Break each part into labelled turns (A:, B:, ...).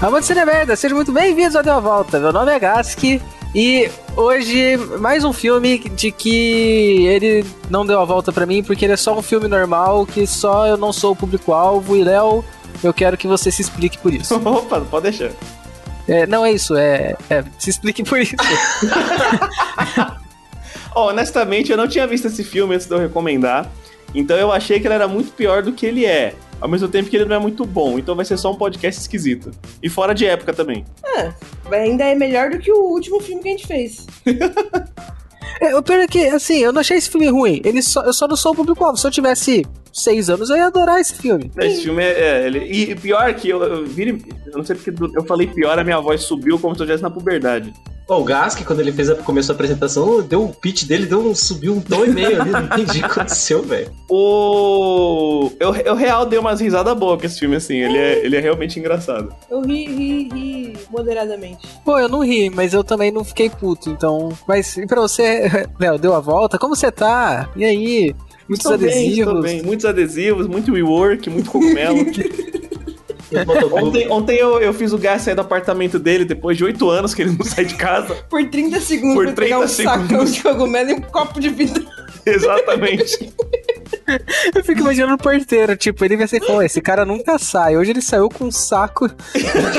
A: Amante Cinemerda, é sejam muito bem-vindos ao Deu a Volta. Meu nome é Gaski e hoje mais um filme de que ele não deu a volta pra mim porque ele é só um filme normal que só eu não sou o público-alvo e Léo, eu quero que você se explique por isso.
B: Opa, pode deixar.
A: É, não é isso, é, é, se explique por isso.
B: Ó, honestamente, eu não tinha visto esse filme antes de eu recomendar. Então eu achei que ele era muito pior do que ele é. Ao mesmo tempo que ele não é muito bom. Então vai ser só um podcast esquisito. E fora de época também.
C: Ainda é melhor do que o último filme que a gente fez.
A: É, o pior é que, assim, eu não achei esse filme ruim. Ele só, eu só não sou o público-alvo. Se eu tivesse seis anos, eu ia adorar esse filme.
B: Esse filme é. é, ele- E pior que eu, eu vire. Eu não sei porque do- eu falei pior, a minha voz subiu como se eu estivesse na puberdade.
D: Ó, O Gask, quando ele fez a, começou a apresentação, deu o pitch dele, deu um, subiu um tom e meio ali. Não entendi o que aconteceu, velho.
B: O. Eu, eu real dei umas risadas boas com esse filme, assim. Ele é, ele é realmente engraçado.
C: Eu ri, ri, ri moderadamente.
A: Pô, eu não ri, mas eu também não fiquei puto, então. Mas e pra você, Léo, deu a volta? Como você tá? E aí? Muitos
B: Estou bem,
A: adesivos.
B: estou bem. Muitos adesivos, muito rework, muito cogumelo.
D: Ele botou
B: Ontem, ontem eu, eu fiz o gás sair do apartamento dele depois de oito anos que ele não sai de casa.
C: Por 30 segundos
B: Por
C: pra pegar
B: 30
C: um sacão
B: segundos.
C: de cogumelo e um copo de vidro.
B: Exatamente.
A: Eu fico imaginando o porteiro, tipo, ele vai ser pô, esse cara nunca sai. Hoje ele saiu com um saco de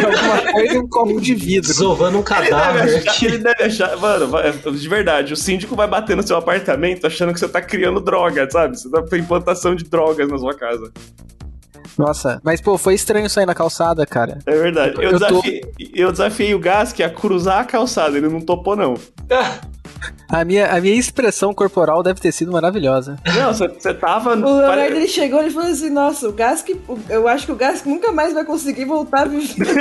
A: alguma coisa e um copo de vidro.
D: desovando um
B: Ele deve
D: cadáver.
B: achar, ele deve achar- Mano, vai- de verdade, o síndico vai bater no seu apartamento achando que você tá criando droga, sabe? Você tá com implantação de drogas na sua casa.
A: Nossa, mas pô, foi estranho sair na calçada, cara.
B: É verdade. Eu,
A: Eu tô-
B: desafiei, eu desafiei o Gask a cruzar a calçada, ele não topou, não.
A: A minha, a minha expressão corporal deve ter sido maravilhosa.
B: Não, você- você tava.
C: O Leonardo
B: pare-
C: ele chegou e falou assim: Nossa, o Gask, eu acho que o Gask nunca mais vai conseguir voltar a viver.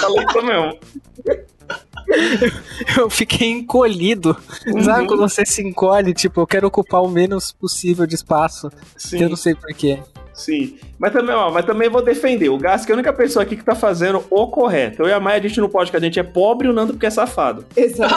B: tá louco mesmo.
A: Eu fiquei encolhido. Sabe
B: Uhum.
A: quando você se encolhe? Tipo, eu quero ocupar o menos possível de espaço. que Eu
B: Sim,
A: não sei porquê.
B: sim. Mas também, ó, mas também vou defender. O Gask é a única pessoa aqui que tá fazendo o correto. Eu e a Maia, a gente não pode, que a gente é pobre e o Nando porque é safado.
C: Exato.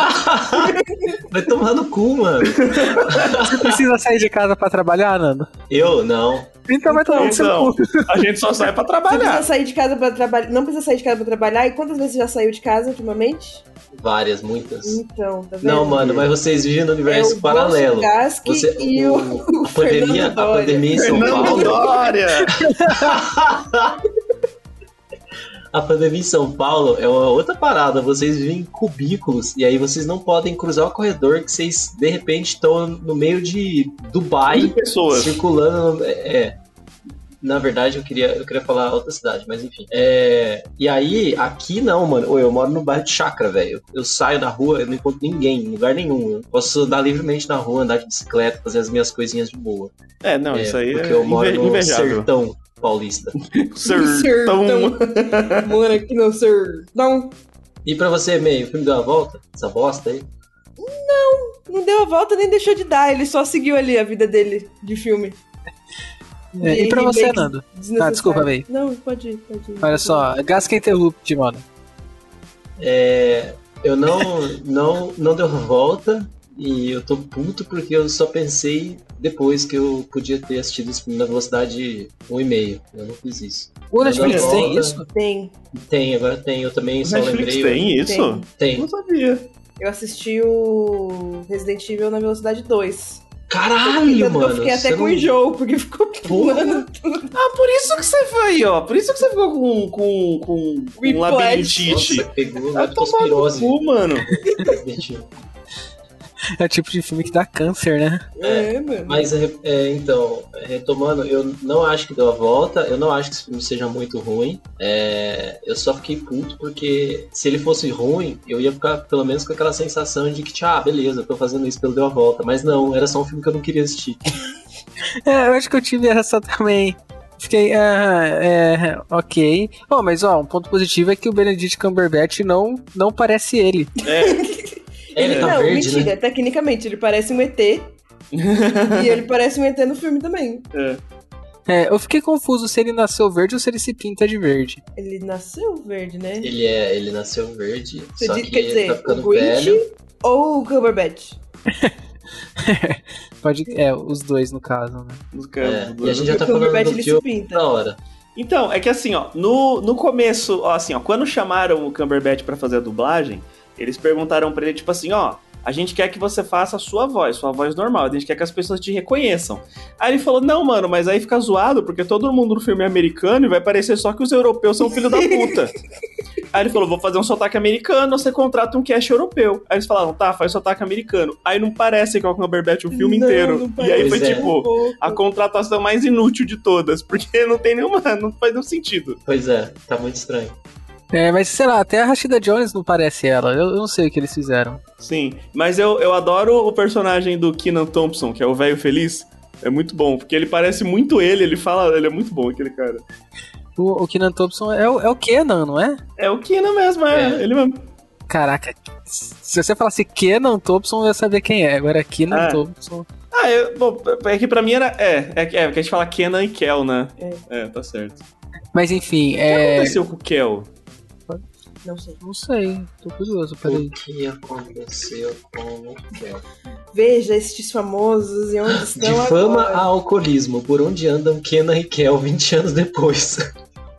D: Vai tomar no cu, mano.
A: Você precisa sair de casa pra trabalhar, Nando?
D: Eu não.
A: Então vai tomar no seu
B: Então,
A: cu.
B: a gente só sai pra
C: Você precisa
B: trabalhar.
C: sair de casa pra trabalhar. Não precisa sair de casa pra trabalhar. E quantas vezes você já saiu de casa ultimamente?
D: Várias, muitas.
C: Então, tá vendo?
D: Não, mano, mas vocês vivem no
C: É
D: universo
C: o
D: paralelo.
C: paralelo. Gask
D: Você,
C: e o.
D: o-
C: Fernando
D: a pandemia, a
C: Dória.
D: pandemia em São
B: Fernando
D: Paulo.
B: Dória!
D: A pandemia em São Paulo é uma outra parada. Vocês vivem em cubículos e aí vocês não podem cruzar o corredor que vocês de repente estão no meio de Dubai
B: 15 pessoas.
D: circulando. É. é. Na verdade, eu queria, eu queria falar outra cidade, mas enfim. É, e aí, aqui não, mano. Ô, Eu moro no bairro de Chacra, velho. Eu saio da rua, eu não encontro ninguém, em lugar nenhum. Eu posso andar livremente na rua, andar de bicicleta, fazer as minhas coisinhas de boa.
B: É, não,
D: É,
B: isso aí
D: porque
B: é
D: eu moro
B: inve-
D: no
B: invejável.
D: sertão paulista.
B: Sertão.
C: Mora aqui no sertão.
D: E pra você, meio, o filme deu uma volta? Essa bosta aí?
C: Não deu a volta nem deixou de dar. Ele só seguiu ali a vida dele de filme.
A: É, e pra
C: Remake
A: você, Nando?
C: desnecessário.
A: Ah, Tá, desculpa, véi.
C: Não, pode ir, pode ir.
A: Olha só, Gasca Interrupt, mano.
D: É, eu não, não, não deu volta e eu tô puto porque eu só pensei depois que eu podia ter assistido esse filme na velocidade 1,5. Eu não fiz isso.
A: O
D: Não
A: Netflix
D: dá
A: tem
D: bola.
A: isso?
C: Tem,
D: Tem, agora tem. Eu também
B: O
D: só
B: Netflix
D: lembrei.
B: tem isso?
C: tem.
B: Eu
D: Tem.
B: Não sabia.
C: Eu assisti o Resident Evil na velocidade 2.
D: Caralho,
C: Tanto que
D: mano.
C: eu fiquei
D: você
C: até com
D: não-
C: enjoo, porque ficou pulando.
B: Ah, por isso que você foi aí, ó. Por isso que você ficou com, com, com, com
C: Whiplash.
B: labirintite.
D: Nossa, pegou
C: Tá
B: Vai tomar no
D: leptospirose.
B: cu, mano.
A: É o tipo de filme que dá câncer, né?
C: É, mano.
D: Mas é, é, então, retomando, eu não acho que deu a volta, eu não acho que esse filme seja muito ruim. é, eu só fiquei puto porque se ele fosse ruim, eu ia ficar pelo menos com aquela sensação de que, tipo, ah, beleza, eu tô fazendo isso pelo deu a volta. Mas não, era só um filme que eu não queria assistir.
A: É, eu acho que eu tive essa também. Fiquei, ah, é, ok. Ó, mas ó, um ponto positivo é que o Benedict Cumberbatch não, não parece ele.
B: É.
D: É, ele tá
C: não,
D: verde, né?
C: mentira. Tecnicamente, ele parece um ET. e ele parece um ET no filme também.
A: É, eu fiquei confuso se ele nasceu verde ou se ele se pinta de verde.
C: Ele nasceu verde, né?
D: Ele é, ele nasceu verde,
C: Você
D: só
C: diz,
D: que
C: quer
D: ele
C: dizer,
D: tá
C: o
D: ficando
C: Grinch
D: velho.
C: ou o Cumberbatch?
A: Pode, é, os dois no caso, né?
B: Os caras-
D: É, e a gente já
C: o
D: tá falando
C: Cumberbatch
D: do
C: ele se
D: filme
C: pinta.
D: da hora.
B: Então, é que assim, ó, no, no começo, ó, assim, ó, quando chamaram o Cumberbatch pra fazer a dublagem, eles perguntaram pra ele, tipo assim, ó, a gente quer que você faça a sua voz, sua voz normal, a gente quer que as pessoas te reconheçam. Aí ele falou, não, mano, mas aí fica zoado, porque todo mundo no filme é americano e vai parecer só que os europeus são filho da puta. Aí ele falou, vou fazer um sotaque americano, você contrata um cast europeu. Aí eles falaram, tá, faz sotaque americano. Aí não parece que é o Cumberbatch o filme
C: Não,
B: inteiro.
C: não
B: e aí
C: parece
B: foi
D: Pois é.
B: tipo, a contratação mais inútil de todas, porque não tem nenhuma, não faz nenhum sentido.
D: Pois é, tá muito estranho.
A: É, mas sei lá, até a Rashida Jones não parece ela. Eu, eu não sei o que eles fizeram.
B: Sim, mas eu, eu adoro o personagem do Kenan Thompson, que é o velho feliz. É muito bom, porque ele parece muito ele, ele fala, ele é muito bom aquele cara.
A: O, o Kenan Thompson é o, é o Kenan, não é?
B: É o Kenan mesmo, é,
D: É.
B: ele mesmo.
A: Caraca, se você falasse Kenan Thompson, eu ia saber quem é. Agora Kenan
B: Ah.
A: Thompson.
B: Ah, eu, bom, é que pra mim era. É, é, que- é que a gente fala Kenan e Kel, né? É, tá certo.
A: Mas enfim,
B: O que
A: é.
B: aconteceu com o Kel?
C: Não sei.
A: Não sei, tô curioso, peraí.
D: O que aconteceu com o Kel?
C: Veja estes famosos e onde
D: De
C: estão
D: fama a
C: agora.
D: alcoolismo, por onde andam Kenan e Kel 20 anos depois.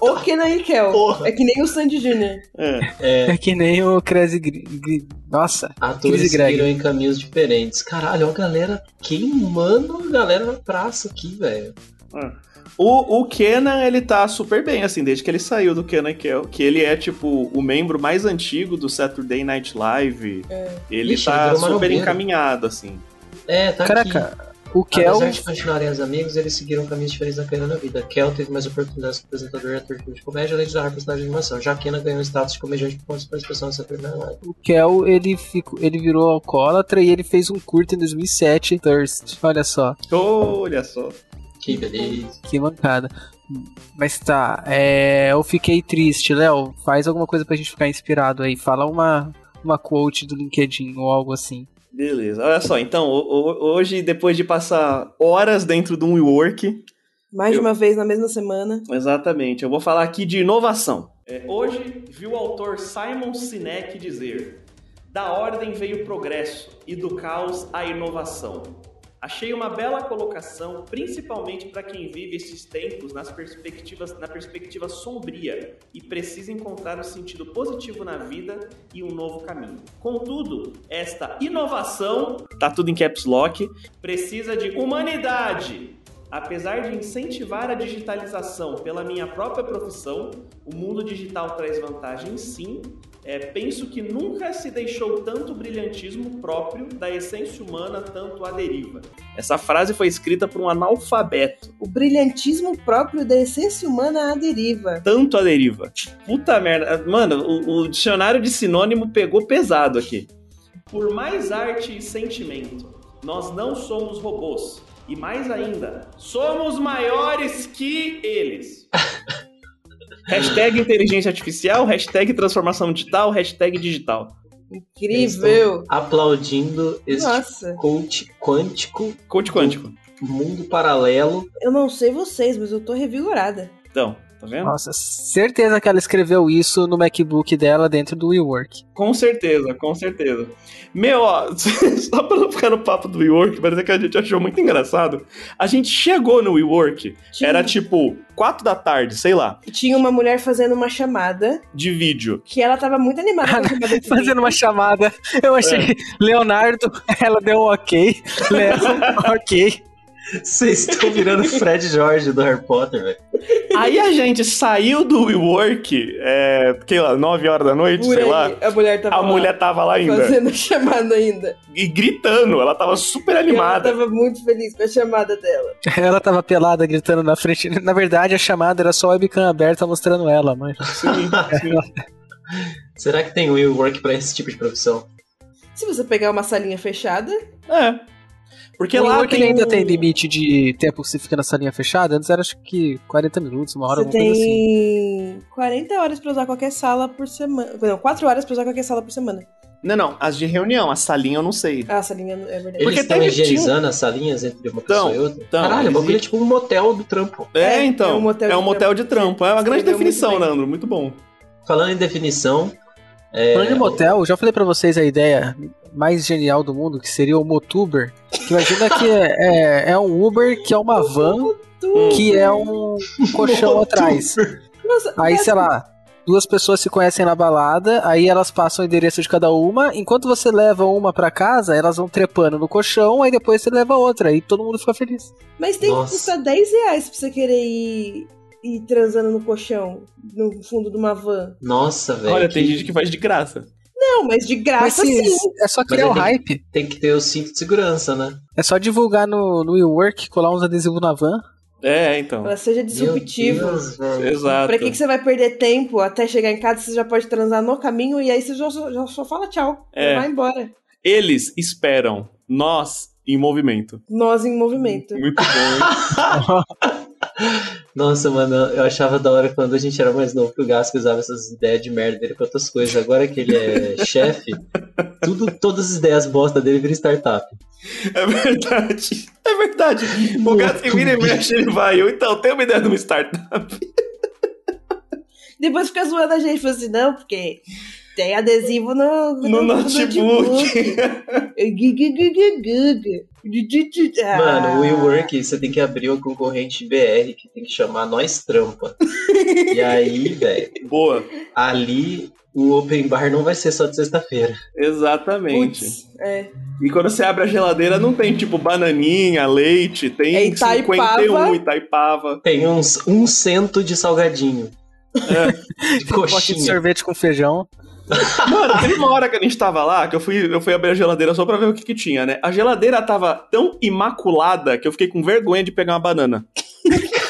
C: O Kenan e Kel.
D: Porra.
C: É que nem o Sandy Jr.
B: É.
A: É, que nem o Crazy Gri... Gri- Nossa,
D: Atores
A: Chris
D: que
A: Gregg.
D: viram em caminhos diferentes. Caralho, ó, a galera queimando a galera na praça aqui, velho.
B: O, o Kenan, ele tá super bem, assim, desde que ele saiu do Kenan Kel, que ele é, tipo, o membro mais antigo do Saturday Night Live. Ele
D: Ixi,
B: tá
D: ele virou né?
B: super
D: marombeiro.
B: encaminhado, assim.
D: É, tá aqui.
A: caraca, é o Kel.
D: Apesar de continuarem os amigos, eles seguiram caminhos diferentes na carreira na vida. Kel teve mais oportunidades como apresentador e ator de filme de comédia, além de dar personagem de animação. Já Kenan ganhou status de comediante por conta da participação nessa primeira live.
A: O Kel, ele, ficou, ele virou alcoólatra e ele fez um curto em 2007, Thirst. Olha só,
B: Olha só.
D: Que beleza.
A: que mancada. Mas tá, é, eu fiquei triste, Léo. Faz alguma coisa pra gente ficar inspirado aí. Fala uma, uma quote do LinkedIn ou algo assim.
B: Beleza, olha só, então, ho- ho- hoje, depois de passar horas dentro de um WeWork,
C: Mais
B: Eu-
C: uma vez na mesma semana.
B: exatamente, eu vou falar aqui de inovação. É, hoje, vi o autor Simon Sinek dizer: Da ordem veio o progresso e do caos a inovação. Achei uma bela colocação, principalmente para quem vive esses tempos nas perspectivas, na perspectiva sombria e precisa encontrar um sentido positivo na vida e um novo caminho. Contudo, esta inovação, tá tudo em caps lock, precisa de humanidade. Apesar de incentivar a digitalização pela minha própria profissão, o mundo digital traz vantagens sim. É, penso que nunca se deixou tanto brilhantismo próprio da essência humana tanto à deriva. Essa frase foi escrita por um analfabeto.
C: O brilhantismo próprio da essência humana à deriva.
B: Tanto à deriva. Puta merda. Mano, o, o dicionário de sinônimo pegou pesado aqui. Por mais arte e sentimento, nós não somos robôs. E mais ainda, somos maiores que eles. hashtag inteligência artificial, hashtag transformação digital, hashtag digital.
C: Incrível!
D: Aplaudindo este
C: Nossa,
D: coach quântico,
B: Conte quântico.
D: mundo paralelo.
B: tipo-
C: eu não sei vocês, mas eu tô revigorada.
B: Então, tá vendo?
A: Nossa, certeza que ela escreveu isso no MacBook dela dentro do WeWork.
B: Com certeza, com certeza. Meu, ó, só pra não ficar no papo do WeWork, mas é que a gente achou muito engraçado. A gente chegou no WeWork,
C: Tinha, um
B: era tipo 4 da tarde, sei lá,
C: tinha uma mulher fazendo uma chamada
B: de vídeo.
C: que ela tava muito animada.
B: Ah,
C: com a chamada de
A: Fazendo uma chamada, eu achei.
B: É.
A: Leonardo, ela deu um ok. Léo, ok.
D: Vocês estão virando Fred Jorge do Harry Potter, velho.
B: Aí a gente saiu do WeWork, é, sei lá, 9 horas da noite,
C: Por
B: sei
C: aí,
B: lá.
C: A mulher tava
B: A
C: lá
B: mulher tava lá ainda,
C: fazendo a chamada ainda.
B: e gritando, ela tava super animada.
C: Ela tava muito feliz com a chamada dela.
A: Ela tava pelada gritando na frente. Na verdade, a chamada era só a webcam aberta mostrando ela, mãe.
B: Sim, sim.
D: Será que tem Will Work pra esse tipo de profissão?
C: Se você pegar uma salinha fechada,
B: É. Porque
A: o
B: lá
A: WeWork
B: tem
A: ainda
B: um-
A: tem limite de tempo que você fica nessa linha fechada. Antes era acho que 40 minutos, uma hora,
C: você
A: alguma coisa assim.
C: tem 40 horas pra usar qualquer sala por semana. Não, 4 horas pra usar qualquer sala por semana.
B: Não, não, as de reunião, a salinha eu não sei.
C: Ah, salinha é verdade.
D: Eles
B: Porque
D: estão
B: teve- um-
D: higienizando as salinhas entre uma
B: Então,
D: pessoa e outra?
B: então,
D: Caralho, o bagulho é
B: existe-
D: tipo um motel do trampo.
B: É,
C: É,
B: então. É um motel, de, trampo. É uma grande
C: Escreveu muito
B: definição,
C: bem.
B: Nandro. Muito bom.
D: Falando em definição, é,
A: Falando de motel, já falei pra vocês a ideia mais genial do mundo, que seria o Motuber. Que imagina que é, é- é um Uber que é uma van
C: Tu-
A: que é um colchão atrás.
C: Nossa,
A: Aí,
C: mas-
A: sei lá, duas pessoas se conhecem na balada, aí elas passam o endereço de cada uma. Enquanto você leva uma pra casa, elas vão trepando no colchão, aí depois você leva outra, e todo mundo fica feliz.
C: Mas tem
D: Nossa.
C: que custar 10 reais pra você querer ir, ir transando no colchão, no fundo de uma van.
D: Nossa, velho.
B: Olha, tem
D: que-
B: gente que faz de graça.
C: Não, mas de
A: Mas
C: graça
A: se-
C: Ah, sim.
A: é só criar
D: Mas
A: o
D: aí tem-
A: hype.
D: Tem que ter o cinto de segurança, né?
A: É só divulgar no, no WeWork, colar uns adesivos na van.
B: É, então.
C: Ela seja disruptiva.
D: Meu Deus, velho.
B: Exato.
C: Pra que, que você vai perder tempo até chegar em casa? Você já pode transar no caminho e aí você já, já só fala tchau.
B: É.
C: Vai embora.
B: Eles esperam nós em movimento.
C: Nós em movimento.
B: Muito bom. hein?
D: Nossa, mano, eu achava da hora quando a gente era mais novo que o Gasco usava essas ideias de merda dele pra outras coisas. Agora que ele é chefe, tudo, todas as ideias bosta dele viram startup.
B: é verdade. É verdade. O
C: Uhum.
D: Muito
B: gato que vira e
D: bom.
B: mexe, ele vai. Eu, então, tenho uma ideia de uma startup.
C: Depois fica zoando a gente, fala assim, não, porque tem adesivo no,
B: No notebook.
C: Gui, gui, gui, gui, gui. Di, di, di. Ah.
D: Mano, o WeWork, você tem que abrir uma concorrente BR que tem que chamar Nós Trampa. e aí, velho,
B: Boa.
D: ali o open bar não vai ser só de sexta-feira.
B: Exatamente.
C: Putz, é.
B: E quando você abre a geladeira, não tem tipo bananinha, leite, tem
C: É Itaipava.
B: 51 Itaipava.
D: Tem uns um cento de salgadinho. de
A: um Pote de
D: coxinha.
A: sorvete com feijão.
B: Mano, teve uma hora que a gente tava lá, que eu fui, eu fui abrir a geladeira só pra ver o que que tinha, né? A geladeira tava tão imaculada que eu fiquei com vergonha de pegar uma banana.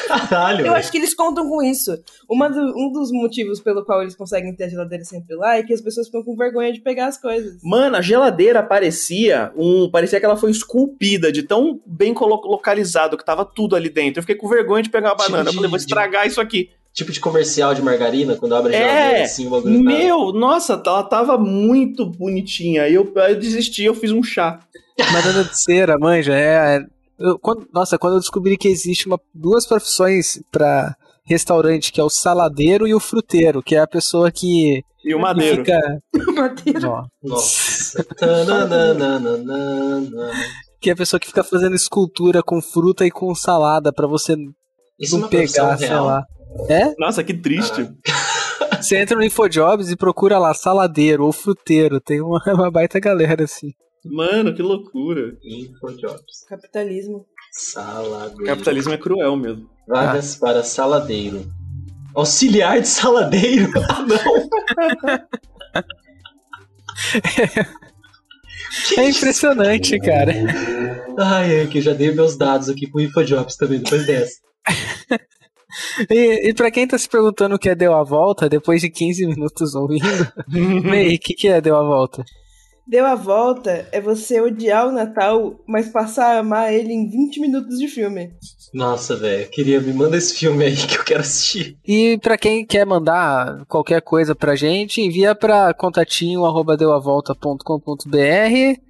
D: Caralho,
C: Eu
D: velho.
C: acho que eles contam com isso. Uma do- um dos motivos pelo qual eles conseguem ter a geladeira sempre lá é que as pessoas ficam com vergonha de pegar as coisas.
B: Mano, a geladeira parecia um. Parecia que ela foi esculpida de tão bem colo- localizado que tava tudo ali dentro. Eu fiquei com vergonha de pegar uma
D: Tipo
B: banana. Eu
D: de-
B: falei, vou estragar isso aqui.
D: Tipo de comercial de margarina, quando abre a
B: É,
D: geladeira assim, o bagulho tá-
B: Meu, nossa, ela tava muito bonitinha. Aí eu, aí eu desisti, eu fiz um chá.
A: Banana de cera, manja, é. eu- quando- nossa, quando eu descobri que existe uma, duas profissões pra restaurante, que é o saladeiro e o fruteiro, que é a pessoa que
B: E o madeiro.
A: fica.
C: Madeira.
A: Ó,
D: Nossa. Tananana.
A: que é a pessoa que fica fazendo escultura com fruta e com salada pra você
D: Isso
A: não
D: é uma profissão
A: pegar, sei
D: real.
A: lá. É?
B: Nossa, que triste.
A: Você entra no InfoJobs e procura lá saladeiro ou fruteiro. Tem uma, uma baita galera assim.
B: Mano, que loucura.
D: Infojobs.
C: Capitalismo.
B: O
D: Saladeiro.
B: capitalismo é cruel mesmo.
D: Vagas para saladeiro. Auxiliar de saladeiro? Ah, não!
A: É impressionante, cara.
D: Ai, é que eu já dei meus dados aqui pro Infojobs também, depois dessa.
A: E, e pra quem tá se perguntando o que é Deu a Volta, depois de 15 minutos ouvindo, May, o que, que é Deu a Volta?
C: Deu a volta é você odiar o Natal, mas passar a amar ele em 20 minutos de filme.
D: Nossa, velho, eu queria, me manda esse filme aí que eu quero assistir.
A: E pra quem quer mandar qualquer coisa pra gente, envia pra contatinho arroba deuavolta.com.br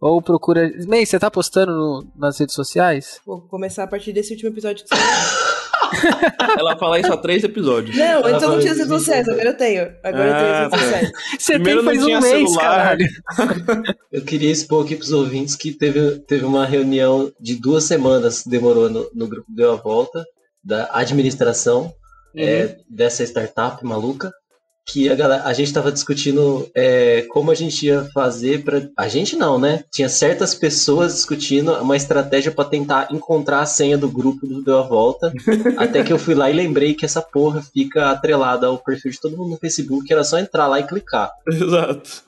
A: ou procura. May, você tá postando no- nas redes sociais?
C: Vou começar a partir desse último episódio que você...
B: Ela fala isso há três episódios.
C: Não, antes eu não
D: Ah,
C: tinha as redes sociais, agora eu tenho. Agora eu tenho as
B: Ah,
C: redes sociais.
A: Você
B: Primeiro
A: tem faz
B: não tinha
A: um mês,
B: celular.
A: caralho.
D: Eu queria expor aqui pros ouvintes que teve, teve uma reunião de duas semanas, demorou no, no grupo Deu a Volta, da administração,
B: Uhum.
D: é, dessa startup maluca, que a, galera, a gente estava discutindo é, como a gente ia fazer para A gente não, né? Tinha certas pessoas discutindo uma estratégia para tentar encontrar a senha do grupo do Deu a Volta, até que eu fui lá e lembrei que essa porra fica atrelada ao perfil de todo mundo no Facebook, era só entrar lá e clicar.
B: Exato.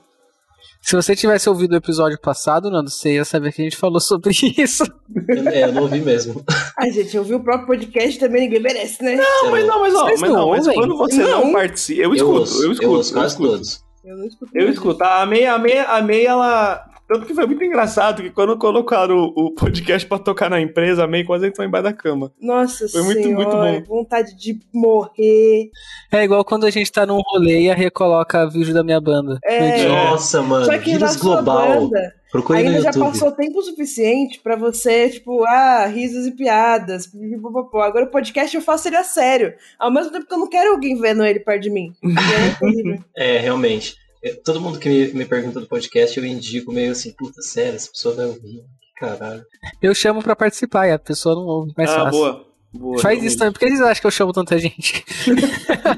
A: Se você tivesse ouvido o episódio passado, Nando, você ia saber que a gente falou sobre isso.
D: Eu- é, eu não ouvi mesmo.
C: Ai, gente, eu vi o próprio podcast também, ninguém merece, né?
B: Não,
D: um-
B: mas não, mas ó,
A: Vocês
B: mas não,
A: não
B: mas
A: ouvem?
B: quando você não,
C: Não.
B: participa. Eu
D: eu,
B: escuto,
D: ouço,
B: eu escuto. Eu
D: ouço quase
B: escuto.
D: todos.
C: Eu não escuto.
B: Eu escuto. A May, a May, a May, ela. Tanto que foi muito engraçado que quando colocaram o, o podcast pra tocar na empresa, a May quase entrou embaixo da cama.
C: Nossa
B: Foi muito, muito
C: senhora, vontade de morrer.
A: É igual quando a gente tá num rolê e a recoloca vídeo da minha banda.
C: É.
D: Nossa, mano,
C: Só que na
D: vírus
C: sua
D: global.
C: banda
D: Procure no
C: ainda já
D: YouTube.
C: passou tempo suficiente pra você, tipo, ah, risos e piadas. pipipopopó. Agora o podcast eu faço ele a sério. Ao mesmo tempo que eu não quero alguém vendo ele perto de mim. E é incrível.
D: É, realmente. É, Todo mundo que me, me pergunta do podcast, eu indico meio assim, puta, sério, essa pessoa vai ouvir. que Caralho.
A: Eu chamo pra participar e a pessoa não ouve. Mais
B: ah,
A: É fácil.
B: boa.
A: Boa, Faz isso também. Por que vocês acham que eu chamo tanta gente?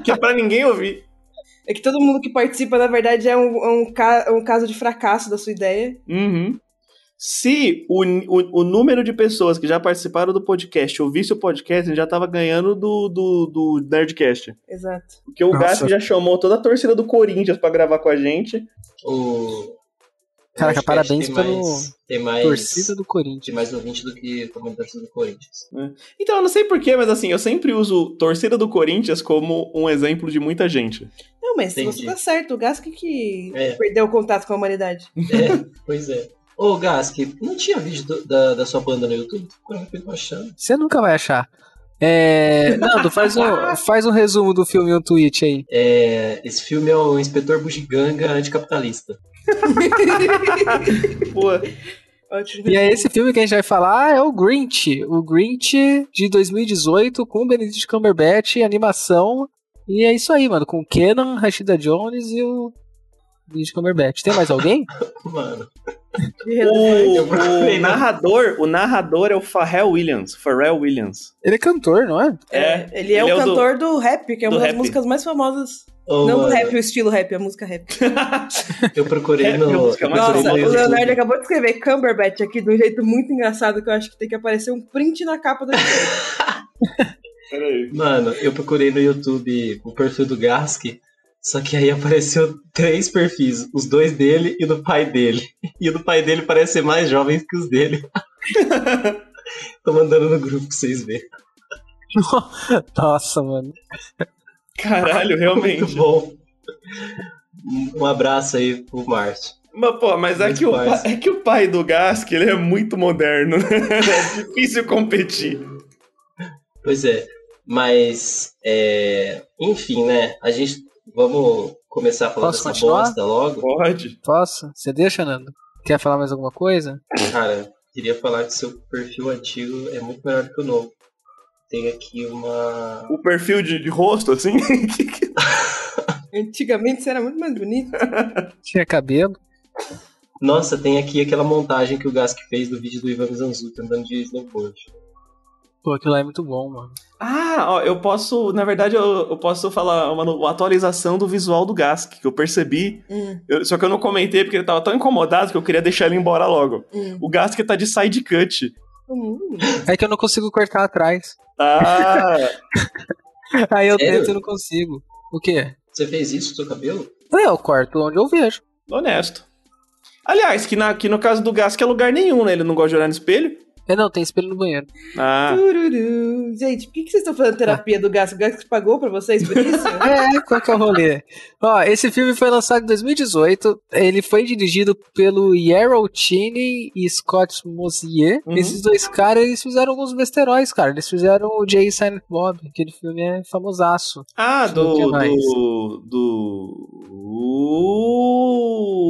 B: que é pra ninguém ouvir.
C: É que todo mundo que participa, na verdade, é um, um, ca- um caso de fracasso da sua ideia.
B: Uhum. Se o, o, o número de pessoas que já participaram do podcast ouvisse o podcast, a gente já tava ganhando do, do, do Nerdcast.
C: Exato.
B: Porque o
A: Nossa.
B: Gato já chamou toda a torcida do Corinthians pra gravar com a gente.
D: O...
A: Caraca,
D: o Nerdcast
A: parabéns
D: tem
A: pelo-
D: mais- tem
B: É
D: mais,
A: Torcida do Corinthians.
D: Tem mais ouvinte do que a comunidade do Corinthians.
B: Então, eu não sei porquê, mas assim, eu sempre uso torcida do Corinthians como um exemplo de muita gente.
C: Não, mas
D: Entendi.
C: você tá certo. O Gasque que
D: É.
C: perdeu o contato com a humanidade.
D: É, pois é. Ô, Gaski, não tinha vídeo do- da, da sua banda no YouTube? Como é que eu tô achando?
A: Você nunca vai achar. É. Nando, faz um, faz um resumo do filme no tweet aí.
D: É, esse filme é o Inspetor Bugiganga Anticapitalista.
B: Pô,
C: Ótimo.
A: E é esse filme que a gente vai falar é o Grinch. O Grinch de 2018 com Benedict Cumberbatch, animação. E é isso aí, mano. Com Kenan, Rashida Jones e o Benedict Cumberbatch. Tem mais alguém?
D: Mano,
C: De relance.
B: o,
D: procurei,
B: o
D: né?
B: narrador, o narrador é o Pharrell Williams. Pharrell Williams.
A: Ele é cantor, não é?
B: É,
C: ele é
B: ele
C: o
B: é o do-
C: cantor do, rap, que é
B: do
C: uma das
B: rap.
C: músicas mais famosas.
D: Ô,
C: Não do
D: mano,
C: rap, o estilo rap, é a música rap.
D: eu procurei
B: É,
D: no.
B: minha
D: eu
B: música mais
D: procurei
C: Nossa,
B: famosa.
C: o
D: no YouTube.
C: Leonardo acabou de escrever Cumberbatch aqui de um jeito muito engraçado que eu acho que tem que aparecer um print na capa do
B: Peraí.
D: Mano, eu procurei no YouTube o perfil do Gaski, só que aí apareceu três perfis, os dois dele e do pai dele. E o do pai dele parece ser mais jovem que os dele. Tô mandando no grupo pra vocês verem.
A: Nossa, mano.
B: Caralho,
D: Muito
B: realmente.
D: bom. Um abraço aí pro Márcio.
B: Mas, pô, mas é
D: Muito
B: que, o, pa-
D: fácil.
B: é que o pai do Gask, ele é muito moderno, né? É difícil competir.
D: Pois é, mas é, enfim, né? A gente vamos começar a falar
A: Posso
D: dessa
A: continuar?
D: bosta logo.
B: Pode.
A: Posso? Você deixa, Nando? Quer falar mais alguma coisa?
D: Cara, queria falar que seu perfil antigo é muito melhor que o novo. Tem aqui uma
B: O perfil de, de rosto, assim.
C: Antigamente isso era muito mais bonito.
A: Tinha cabelo?
D: Nossa, tem aqui aquela montagem que o Gask fez do vídeo do Ivan Mizanzuki andando de snowboard.
A: Pô, aquilo lá é muito bom, mano.
B: Ah, ó, eu posso. Na verdade, eu, eu posso falar uma, no- uma atualização do visual do Gask, que eu percebi.
C: Hum,
B: Eu- só que eu não comentei porque ele tava tão incomodado que eu queria deixar ele embora logo.
C: hum.
B: O Gask tá de side cut.
C: Hum.
A: É que eu não consigo cortar atrás.
B: Ah,
A: Aí eu
D: Sério?
A: tento e não consigo. O quê?
D: Você fez isso com seu cabelo?
A: É, Eu corto onde eu vejo.
B: honesto. Aliás, que, na, que no caso do Gask é lugar nenhum, né? Ele não gosta de olhar no espelho.
A: É, não, tem espelho no banheiro.
B: Ah.
C: Tururu. Gente, por que, que vocês estão fazendo terapia do Gasco? O Gasco pagou pra vocês por isso?
A: É, qual que é o rolê? Ó, esse filme foi lançado em 2018. Ele foi dirigido pelo Yarrow Cheney e Scott Mosier.
B: Uhum.
A: Esses dois caras, eles fizeram alguns besteróis, cara. Eles fizeram o Jay e Silent Bob. Aquele filme é famosaço.
B: Ah,
A: Deixa eu ver o que
B: do.
A: mais.
B: Do. Do.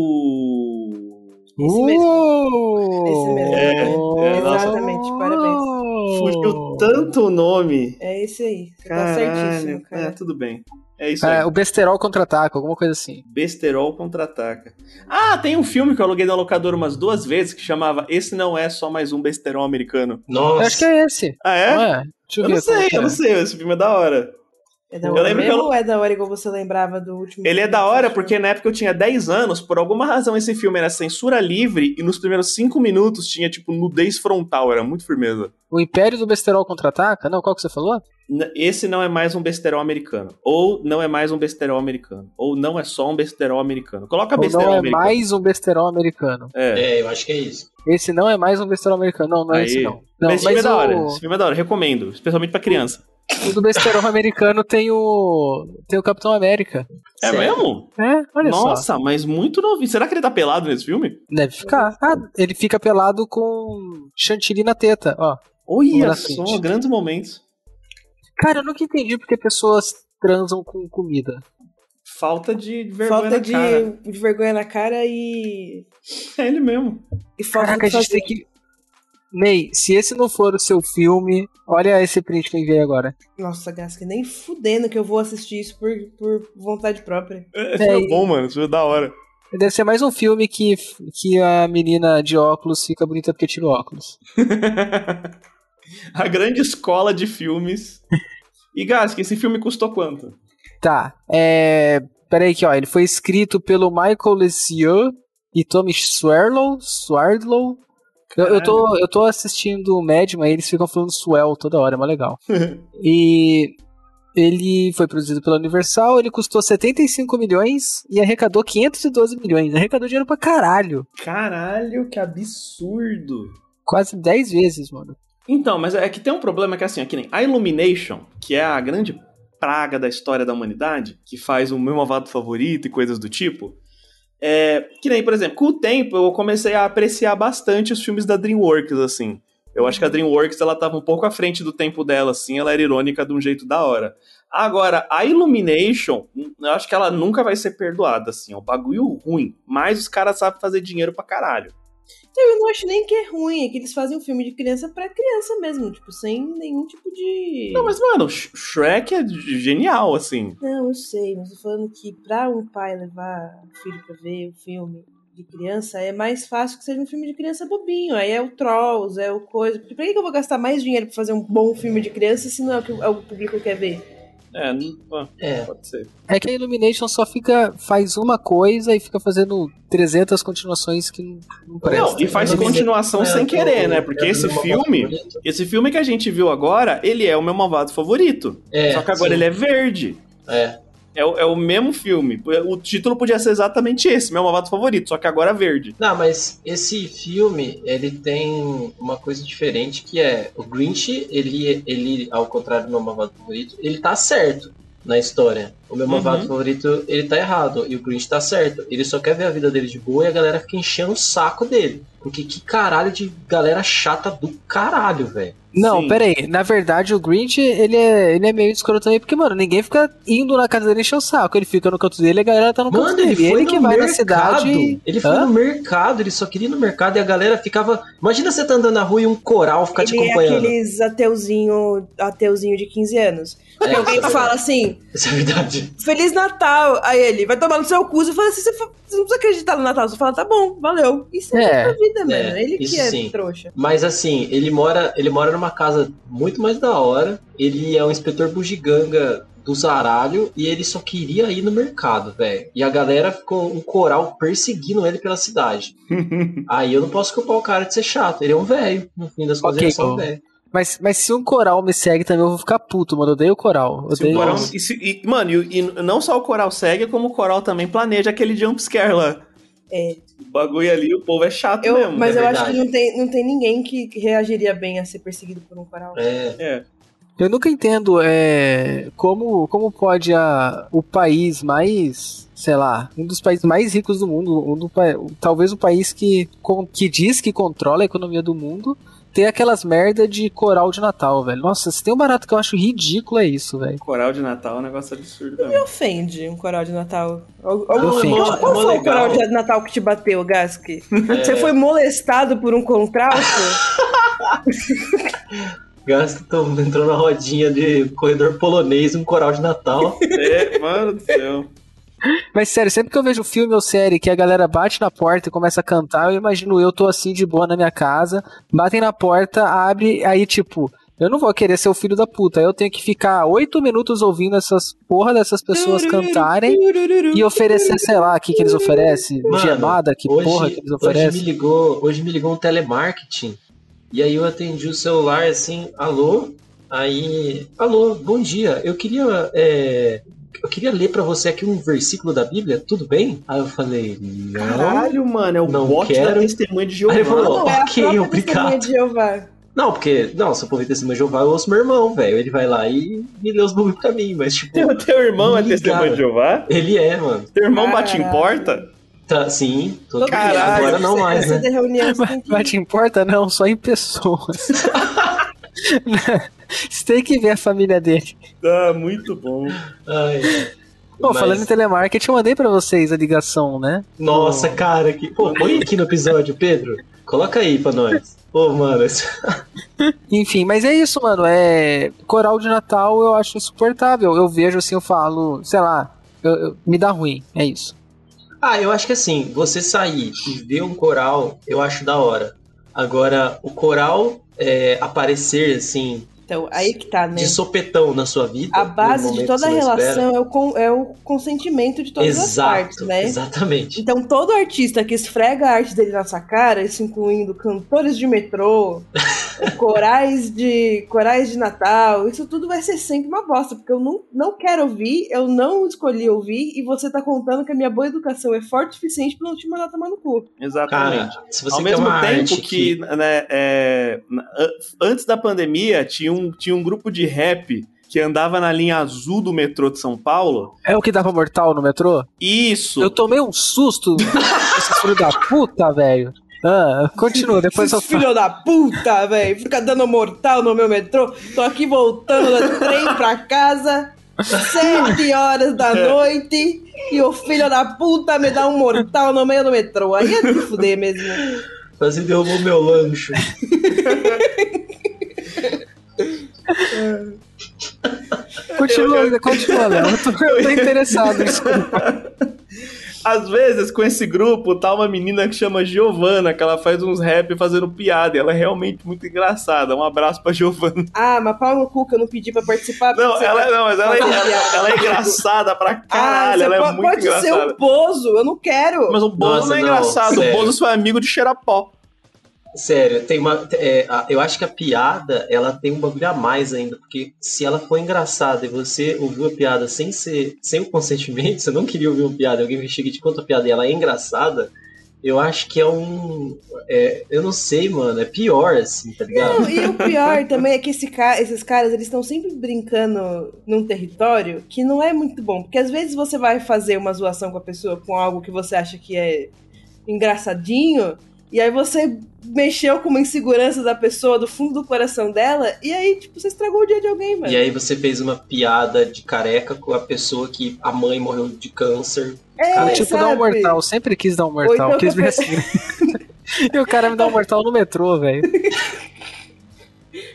B: Uh...
C: Esse mesmo. Esse mesmo.
B: É, é, nossa.
C: Exatamente, parabéns.
B: uh,
A: Oh.
B: Fugiu tanto o nome.
C: É esse aí. Você tá certíssimo,
B: Caralho. É,
C: cara.
B: tudo bem. É isso
A: É,
B: aí.
A: o Besterol contra-ataca, alguma coisa assim.
B: Besterol contra-ataca. Ah, tem um filme que eu aluguei da locadora umas duas vezes que chamava Esse Não É Só Mais Um Besterol Americano.
A: Eu
D: Nossa,
A: acho que é esse.
B: Ah,
A: Não
B: é?
A: é? Deixa eu,
B: Eu
A: ver. como
B: não sei,
A: que é.
B: eu não sei. Esse filme é da hora.
C: É da
B: Eu
C: hora
B: lembro que
C: mesmo
B: eu-
C: ou é da hora igual você lembrava do último?
B: Ele é
C: filme
B: da
C: que
A: Uhum.
B: hora
C: você
B: porque na época eu tinha 10 anos, por alguma razão esse filme era censura livre e nos primeiros 5 minutos tinha, tipo, nudez frontal, era muito firmeza.
A: O Império do Besterol contra-ataca? Não, qual que você falou?
B: N- Esse não é mais um besterol americano. Ou não é mais um besterol americano. Ou não é só um besterol americano. Coloca
A: Ou
B: besterol
A: não é
B: americano.
A: mais um Besterol americano.
B: É.
D: é, eu acho que é isso.
A: Esse não é mais um Besterol americano. Não, não é
B: Aí.
A: esse não. não
B: mas esse filme é da hora.
A: o-
B: Esse filme é da hora, recomendo. Especialmente pra criança.
A: O do besterol americano tem o. tem o Capitão América.
B: É
D: Sério.
B: mesmo?
A: É, olha só.
B: Nossa, mas muito novinho. Será que ele tá pelado nesse filme?
A: Deve ficar. Ah, ele fica pelado com chantilly na teta, ó.
B: Olha
A: na
B: só,
A: frente.
B: grandes momentos.
A: Cara, eu nunca entendi porque pessoas transam com comida.
B: Falta de vergonha
C: Falta
B: na cara.
C: de, de vergonha na cara e.
B: É ele mesmo.
C: E falta
A: Caraca, a
C: de
A: gente tem que. Ney, se esse não for o seu filme, olha esse print que eu enviei agora.
C: Nossa, Gasque, nem fudendo que eu vou assistir isso por, por vontade própria.
B: Esse filme é bom, mano. Esse filme é da hora.
A: Deve ser mais um filme que, que a menina de óculos fica bonita porque tira o óculos.
B: A grande escola de filmes. E Gask, esse filme custou quanto?
A: Tá. É... Peraí que, ó. Ele foi escrito pelo Michael Lesieux e Tommy Swerlow. Swardlow. Eu, eu, tô, eu tô assistindo o Madman e eles ficam falando Swell toda hora, é mó legal. e ele foi produzido pela Universal, ele custou 75 milhões e arrecadou 512 milhões. Arrecadou dinheiro pra caralho.
B: Caralho, que absurdo.
A: Quase 10 vezes, mano.
B: Então, mas é que tem um problema que é assim, aqui é nem a Illumination, que é a grande praga da história da humanidade, que faz o meu malvado favorito e coisas do tipo. É, que nem, por exemplo, com o tempo eu comecei a apreciar bastante os filmes da DreamWorks, assim. Eu acho que a DreamWorks ela tava um pouco à frente do tempo dela, assim, ela era irônica de um jeito da hora. Agora, a Illumination, hum, eu acho que ela nunca vai ser perdoada, assim, é um bagulho ruim, mas os caras sabem fazer dinheiro pra caralho.
C: Eu não acho nem que é ruim, é que eles fazem um filme de criança pra criança mesmo, tipo, sem nenhum tipo de.
B: Não, mas mano, Sh- Shrek é genial, assim.
C: Não, eu sei, mas tô falando que pra um pai levar o filho pra ver o filme de criança, é mais fácil que seja um filme de criança bobinho. Aí é o Trolls, é o coisa. Por que que eu vou gastar mais dinheiro pra fazer um bom filme de criança se não é o que o- é o público quer ver?
B: É, não- ah,
D: É.
B: pode ser.
A: É que a Illumination só fica. faz uma coisa e fica fazendo 300 continuações que não, não presta.
B: Não, e faz
D: Eu não me-
B: continuação
D: É,
B: sem
D: eu-
B: querer,
D: eu-
B: né?
D: eu-
B: Porque
D: eu-
B: esse
D: eu- eu-
B: filme, esse filme que a gente viu agora, ele é o meu malvado favorito.
D: É,
B: Só que agora ele é verde.
D: É.
B: É, o- é o mesmo filme. O título podia ser exatamente esse, meu malvado favorito, só que agora é verde.
D: Não, mas esse filme, ele tem uma coisa diferente que é o Grinch, ele, ele ao contrário do meu malvado favorito, ele tá certo na história. O meu
B: Uhum.
D: malvado favorito, ele tá errado e o Grinch tá certo. Ele só quer ver a vida dele de boa e a galera fica enchendo o saco dele. Porque que caralho de galera chata do caralho, velho.
A: Não,
B: Sim.
A: peraí. Na verdade, o Grinch, ele é, ele é meio escroto também, porque, mano, ninguém fica indo na casa dele encher o saco. Ele fica no canto dele e a galera tá no canto
D: Mano, ele
A: dele.
D: foi
A: Ele
D: no
A: que vai
D: mercado.
A: na cidade. e-
D: Ele foi
A: Hã?
D: no mercado, ele só queria ir no mercado e a galera ficava. Imagina você tá andando na rua e um coral ficar te
C: Ele é
D: acompanhando.
C: aqueles ateuzinho, ateuzinho de 15 anos.
D: É,
C: Que alguém
D: isso é
C: fala
D: verdade.
C: assim,
D: Isso é verdade.
C: Feliz Natal! Aí ele vai tomar no seu cu e fala assim: você fa- você não precisa acreditar no Natal. Você fala, tá bom, valeu. Isso é,
A: É,
C: a vida, mano. Ele
D: isso
C: que é
D: sim.
C: trouxa.
D: Mas assim, ele mora, ele mora numa casa muito mais da hora. Ele é um inspetor bugiganga do zaralho e ele só queria ir no mercado, velho. E a galera ficou um coral perseguindo ele pela cidade. Aí eu não posso culpar o cara de ser chato. Ele é um velho, no fim das coisas,
A: Ok,
D: ele é só um
A: bom.
D: velho.
A: Mas, mas se um coral me segue também, eu vou ficar puto, mano. Eu odeio o coral. Eu
D: um
B: Se o
A: odeio...
B: coral-
D: Nossa.
B: é um, e se- e, mano, e, e não só o coral segue, como o coral também planeja aquele jumpscare lá.
C: É.
B: O bagulho ali, o povo é chato
C: Eu,
B: mesmo.
C: mas
D: é
C: eu
D: verdade.
C: acho que não tem, não tem ninguém que que reagiria bem a ser perseguido por um coral.
D: É,
B: É.
A: Eu nunca entendo é, como, como pode a, o país mais, sei lá, um dos países mais ricos do mundo, um do pa- talvez o país que, con- que diz que controla a economia do mundo, ter aquelas merda de coral de Natal, velho. Nossa, se tem um barato que eu acho ridículo é isso, velho.
B: Coral de Natal é um negócio absurdo
C: Me
B: mesmo.
C: ofende um coral de Natal. Al-
D: Não,
C: algum-
A: é mó-
C: qual
D: é
C: qual
D: mó
C: foi o
D: legal.
C: coral de Natal que te bateu, Gaski?
D: É.
C: Você foi molestado por um contralto?
D: Gasto tô- entrou na rodinha de corredor polonês, um coral de Natal.
B: É, mano do céu.
A: Mas sério, sempre que eu vejo filme ou série que a galera bate na porta e começa a cantar, eu imagino eu tô assim de boa na minha casa, batem na porta, abre, aí tipo, eu não vou querer ser o filho da puta, eu tenho que ficar oito minutos ouvindo essas porra dessas pessoas cantarem e oferecer, sei lá, o que, que eles oferecem,
D: Mano,
A: gemada, que
D: hoje,
A: porra que eles
D: hoje me
A: oferecem.
D: ligou, hoje me ligou um telemarketing. E aí eu atendi o celular assim, alô? Aí, alô, bom dia. Eu queria é, eu queria ler pra você aqui um versículo da Bíblia, tudo bem? Aí eu falei, não.
B: Caralho, mano, é o
D: Não
B: bote
D: quero.
B: da testemunha de
D: Aí
B: Jeová.
D: ele falou,
C: é a
D: ok,
C: própria testemunha
D: obrigado.
C: de Jeová.
D: Não, porque, não, se eu for testemunho de Jeová, eu ouço meu irmão, velho. Ele vai lá e me lê os bagulho pra mim, mas tipo,
B: Teu, teu irmão é
D: Ligado.
B: testemunha de Jeová?
D: ele é, mano.
B: Teu irmão bate em
C: Caralho.
B: porta?
D: Tá, sim, todo dia.
B: Caralho.
D: agora não mais,
C: Essa
D: né?
C: de reunião você tem que
A: Mas te importa não, só em pessoas. Você tem que ver a família dele.
B: Tá, muito bom.
D: Ai.
A: Bom,
D: Mas-
A: falando em telemarketing, eu mandei pra vocês a ligação, né?
D: Nossa, cara, que. Pô, põe aqui no episódio, Pedro. Coloca aí pra nós. Ô, mano, esse-
A: Enfim, mas é isso, mano. É coral de Natal eu acho insuportável. Eu vejo assim, eu falo, sei lá, eu- eu- me dá ruim. É isso.
D: Ah, eu acho que assim, você sair e ver um coral, eu acho da hora. Agora, o coral é, aparecer assim
C: Então, aí que tá, né?
D: de sopetão na sua vida.
C: A
D: no
C: base
D: momento
C: de
D: que
C: toda
D: você
C: a
D: não espera.
C: relação é o, con- é o consentimento de todas
D: Exato,
C: as partes, né?
D: Exatamente.
C: Então, todo artista que esfrega a arte dele na nossa cara, isso incluindo cantores de metrô, corais de corais de Natal, isso tudo vai ser sempre uma bosta, porque eu não, não quero ouvir, eu não escolhi ouvir, e você tá contando que a minha boa educação é forte o suficiente pra não te mandar tomar no cu.
B: Exatamente.
D: Cara, se você
B: Ao
D: quer
B: mesmo
D: uma
B: tempo
D: arte
B: que, né, é, na- an- antes da pandemia, tinha um, tinha um grupo de rap que andava na linha azul do metrô de São Paulo.
A: É o que dava mortal no metrô?
B: Isso!
A: Eu tomei um susto, esse filho da puta, velho. Ah, continua, depois eu
C: Esses
A: falo.
C: filho da puta, velho, fica dando mortal no meu metrô, tô aqui voltando do trem pra casa, sete horas da
B: É.
C: noite, e o filho da puta me dá um mortal no meio do metrô. Aí é de fuder mesmo.
D: Quase derrubou meu lanche.
A: Continua, continua, Léo. Eu tô, eu tô interessado.
B: Às vezes, com esse grupo, tá uma menina que chama Giovana, que ela faz uns rap fazendo piada. E ela é realmente muito engraçada. Um abraço pra Giovana.
C: Ah, mas pau no cu que eu não pedi pra participar. porque
B: Não,
C: você
B: ela,
C: tá-
B: não mas ela, é- ela- ela é engraçada pra caralho.
C: você
B: ela é
C: pode,
B: muito
C: pode ser
B: engraçada.
C: um bozo, eu não quero.
B: Mas o Bozo
D: Nossa,
B: não é
D: não,
B: engraçado.
D: sério.
B: O Bozo foi amigo de Xerapó.
D: Sério, tem uma. é, a- eu acho que a piada ela tem um bagulho a mais ainda, porque se ela for engraçada e você ouviu a piada sem ser, sem o consentimento, você não queria ouvir uma piada, alguém me chega e te conta a piada e ela é engraçada, eu acho que é um. é, eu não sei, mano, é pior assim, tá ligado?
C: Não, e o pior também é que esse ca- esses caras eles estão sempre brincando num território que não é muito bom. Porque às vezes você vai fazer uma zoação com a pessoa com algo que você acha que é engraçadinho, e aí você mexeu com uma insegurança da pessoa, do fundo do coração dela, e aí, tipo, você estragou o dia de alguém, mano.
D: E aí você fez uma piada de careca com a pessoa que a mãe morreu de câncer.
C: é,
D: cara,
A: tipo, dar um mortal. Sempre quis dar um mortal.
C: então
A: quis
C: você-
A: ver assim. e o cara me dá um mortal no metrô, velho.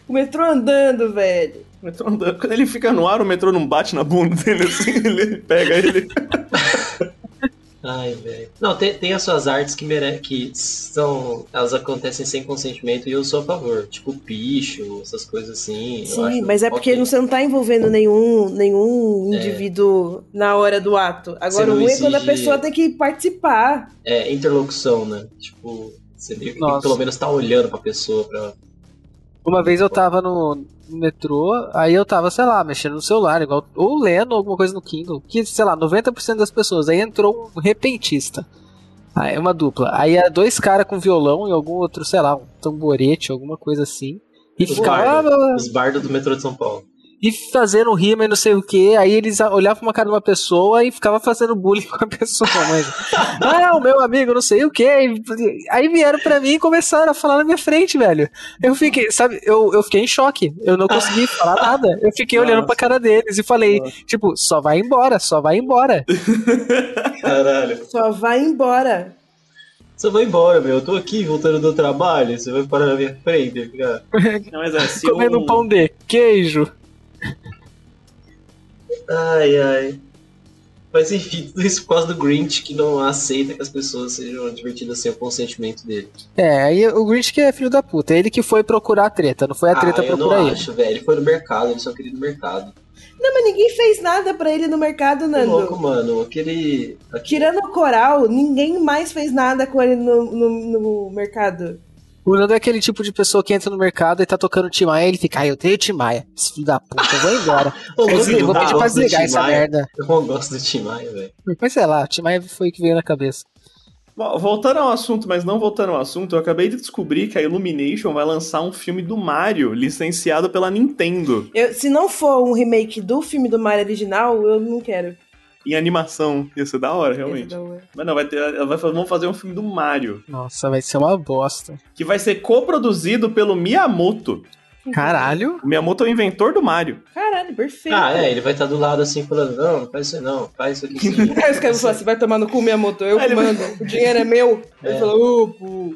C: O metrô andando, velho.
B: O metrô andando- Então, Quando ele fica no ar, o metrô não bate na bunda dele assim, ele pega ele.
D: Ai, velho. Não, tem, tem as suas artes que, mere... que são. Elas acontecem sem consentimento e eu sou a favor. Tipo, picho, essas coisas assim. eu
C: Sim,
D: acho
C: mas é porque
D: ok. É.
C: não- você não tá envolvendo nenhum, nenhum indivíduo na hora do ato. Agora,
D: não
C: o ruim é quando a
D: exige-
C: pessoa tem que participar.
D: É, interlocução, né? Tipo, você meio que tem que
A: Nossa.
D: pelo menos tá olhando pra pessoa. Pra...
A: Uma vez eu tava no no metrô, aí eu tava, sei lá, mexendo no celular, igual, ou lendo alguma coisa no Kindle, que, sei lá, 90% das pessoas. Aí entrou um repentista. Aí uma dupla. Aí era dois caras com violão e algum outro, sei lá, um tamborete, alguma coisa assim. E
D: Os
A: ficava. "Ah,
D: bardos.
A: blá, blá",
D: Os bardos do metrô de São Paulo.
A: E fazendo rima e não sei o que. Aí eles a- olhavam pra uma cara de uma pessoa e ficava fazendo bullying com a pessoa. Mas, ah, o meu amigo, não sei o que. Aí vieram pra mim e começaram a falar na minha frente, velho. Eu fiquei, sabe, eu, eu fiquei em choque. Eu não consegui falar nada. Eu fiquei olhando pra cara deles e falei, tipo, só vai embora, só vai embora.
D: Caralho.
C: Só vai embora.
D: Você vai embora, meu. Eu tô aqui voltando do trabalho. Você vai parar na minha frente, tá cara.
B: Não, mas é, se
A: comendo
B: um-
A: um pão de queijo.
D: Ai, ai. Mas enfim, tudo isso por causa do Grinch que não aceita que as pessoas sejam divertidas sem o consentimento dele.
A: É, aí o Grinch que é filho da puta. É ele que foi procurar a treta, não foi a É treta
D: ah, eu
A: procurar
D: não
A: ele.
D: acho, velho. Ele foi no mercado, ele só queria ir no mercado.
C: Não, mas ninguém fez nada pra ele no mercado,
D: Tá
C: Nando.
D: louco, mano. Aquele. aquele-
C: Tirando o coral, ninguém mais fez nada com ele no, no- no mercado.
A: O Nando é aquele tipo de pessoa que entra no mercado e tá tocando Tim Maia, ele fica, ah, eu tenho Tim Maia, esse filho da puta, eu vou embora.
D: Eu
A: eu
D: não
A: desligo, vou
D: gosto
A: pedir
D: do
A: pra desligar
D: Ah, Tim
A: essa
D: Maia.
A: merda.
D: Eu não gosto do Tim Maia, velho.
A: Mas sei lá, Tim Maia foi o que veio na cabeça.
B: Bom, voltando ao assunto, mas não voltando ao assunto, eu acabei de descobrir que a Illumination vai lançar um filme do Mario, licenciado pela Nintendo,
C: Eu- se não for um remake do filme do Mario original, eu não quero.
B: em animação. Ia ser da hora,
C: Esse
B: realmente.
C: não é.
B: Mas não, vai ter. vai- vamos fazer um filme do Mario.
A: Nossa, vai ser uma bosta.
B: Que vai ser coproduzido pelo Miyamoto.
A: Caralho.
B: O Miyamoto é o inventor do Mario.
C: Caralho, perfeito.
D: Ah, é, ele vai estar do lado assim, falando: Não, não faz isso aí, não, faz isso aqui sim.
C: Aí os caras falam assim, vai tomar no cu, minha moto, eu
B: Aí ele
C: que mando, o dinheiro é meu.
D: É.
C: Ele fala, upo.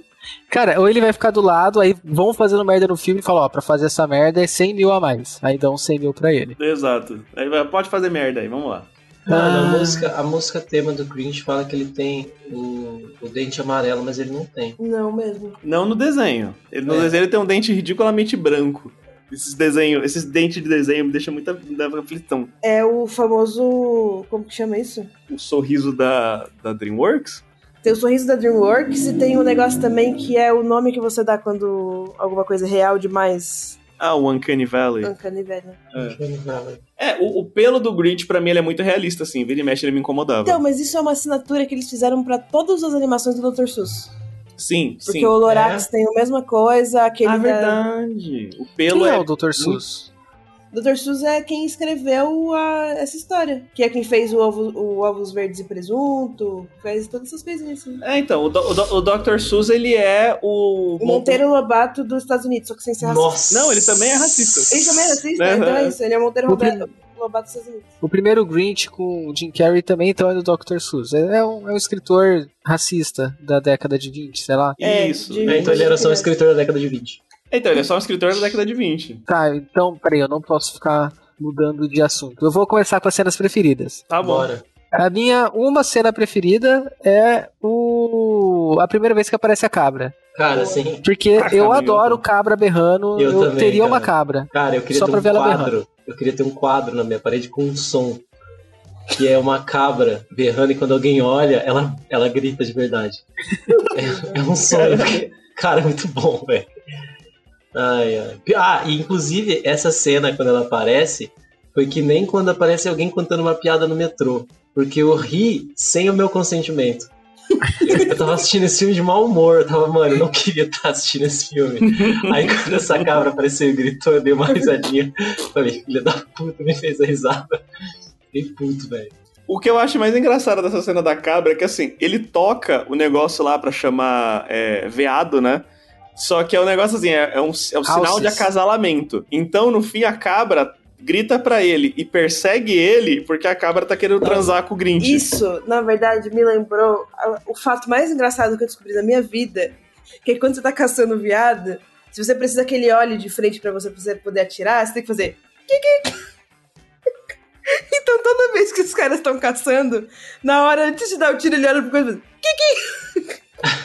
A: Cara, ou ele vai ficar do lado, aí vão fazendo merda no filme e falam, ó, pra fazer essa merda é 100 mil a mais. Aí dão 100 mil pra ele.
B: Exato. Aí vai- pode fazer merda aí, vamos lá.
D: Mano, a
A: Ah.
D: música, a música tema do Grinch fala que ele tem o, o dente amarelo, mas ele não tem.
C: Não mesmo.
B: Não no desenho. Ele, no
D: É.
B: desenho ele tem um dente ridiculamente branco. Esses desenhos, esses dentes de desenho me deixam muito me dava aflição.
C: É o famoso. Como que chama isso?
B: O sorriso da, da DreamWorks?
C: Tem o sorriso da DreamWorks e tem um negócio também que é o nome que você dá quando alguma coisa é real demais.
B: Ah, o Uncanny Valley.
C: Uncanny
B: Tá
C: Valley.
B: É, o, o pelo do Grinch, pra mim, ele é muito realista, assim. Vira e mexe, ele me incomodava.
C: Então, mas isso é uma assinatura que eles fizeram pra todas as animações do Dr. Sus.
B: sim,
C: Porque
B: sim. é.
C: o Lorax tem a mesma coisa, aquele
B: Ah,
C: da-
B: verdade. O pelo
A: Quem é
D: um
B: é...
A: o Dr. Sus?
C: Dr. Seuss é quem escreveu a- essa história. Que é quem fez o, ovo, o Ovos Verdes e Presunto, fez todas essas coisinhas assim.
B: É, então, o, do, o, do- o Dr. Seuss, ele é o...
C: O Monteiro Lobato dos Estados Unidos, só que sem ser racista.
D: Nossa!
B: Não, ele também é racista.
C: Ele também é racista,
B: Né?
C: então é isso. Ele é o Monteiro
A: O
C: Lobato, Lobato dos Estados Unidos.
A: O primeiro Grinch com o Jim Carrey também então é do Dr. Sus. É é um, é um escritor racista da década de 20, sei lá.
C: É,
B: Isso.
C: de-
D: É, então ele era só um escritor da década de 20.
B: Então, ele é só um escritor da década de 20.
A: Tá, então, peraí, eu não posso ficar mudando de assunto. Eu vou começar com as cenas preferidas.
B: Tá bom.
D: Bora.
A: A minha uma cena preferida é o a primeira vez que aparece a cabra,
D: Cara, assim,
A: porque
B: Ah,
A: eu
B: cabra,
A: adoro
B: eu-
A: cabra berrando.
D: Eu
A: Eu,
D: também,
A: teria
D: cara.
A: uma cabra.
D: cara, eu queria
A: Só
D: ter
A: pra
D: um
A: ver ela
D: quadro. Eu queria ter um quadro na minha parede com um som. Que é uma cabra berrando e quando alguém olha, ela, ela grita de verdade. É, é um som. eu fiquei- Cara, é muito bom, velho. Ai, ai. Ah, e inclusive essa cena quando ela aparece foi que nem quando aparece alguém contando uma piada no metrô. Porque eu ri sem o meu consentimento. Eu tava assistindo esse filme de mau humor. Eu tava, mano, eu não queria estar assistindo esse filme. Aí quando essa cabra apareceu e gritou, eu dei uma risadinha. Falei, filha da puta, me fez a risada. Fiquei puto, velho.
B: O que eu acho mais engraçado dessa cena da cabra é que, assim, ele toca o negócio lá pra chamar é, veado, né? Só que é um negócio assim, é, é um, é um sinal de acasalamento. Então, no fim, a cabra grita pra ele e persegue ele porque a cabra tá querendo transar com o Grinch.
C: Isso, na verdade, me lembrou a- o fato mais engraçado que eu descobri na minha vida, que é quando você tá caçando viado, se você precisa que ele olhe de frente pra você, pra você poder atirar, você tem que fazer... kikik. Então toda vez que os caras estão caçando, na hora antes de dar o tiro, ele olha pra coisa e faz,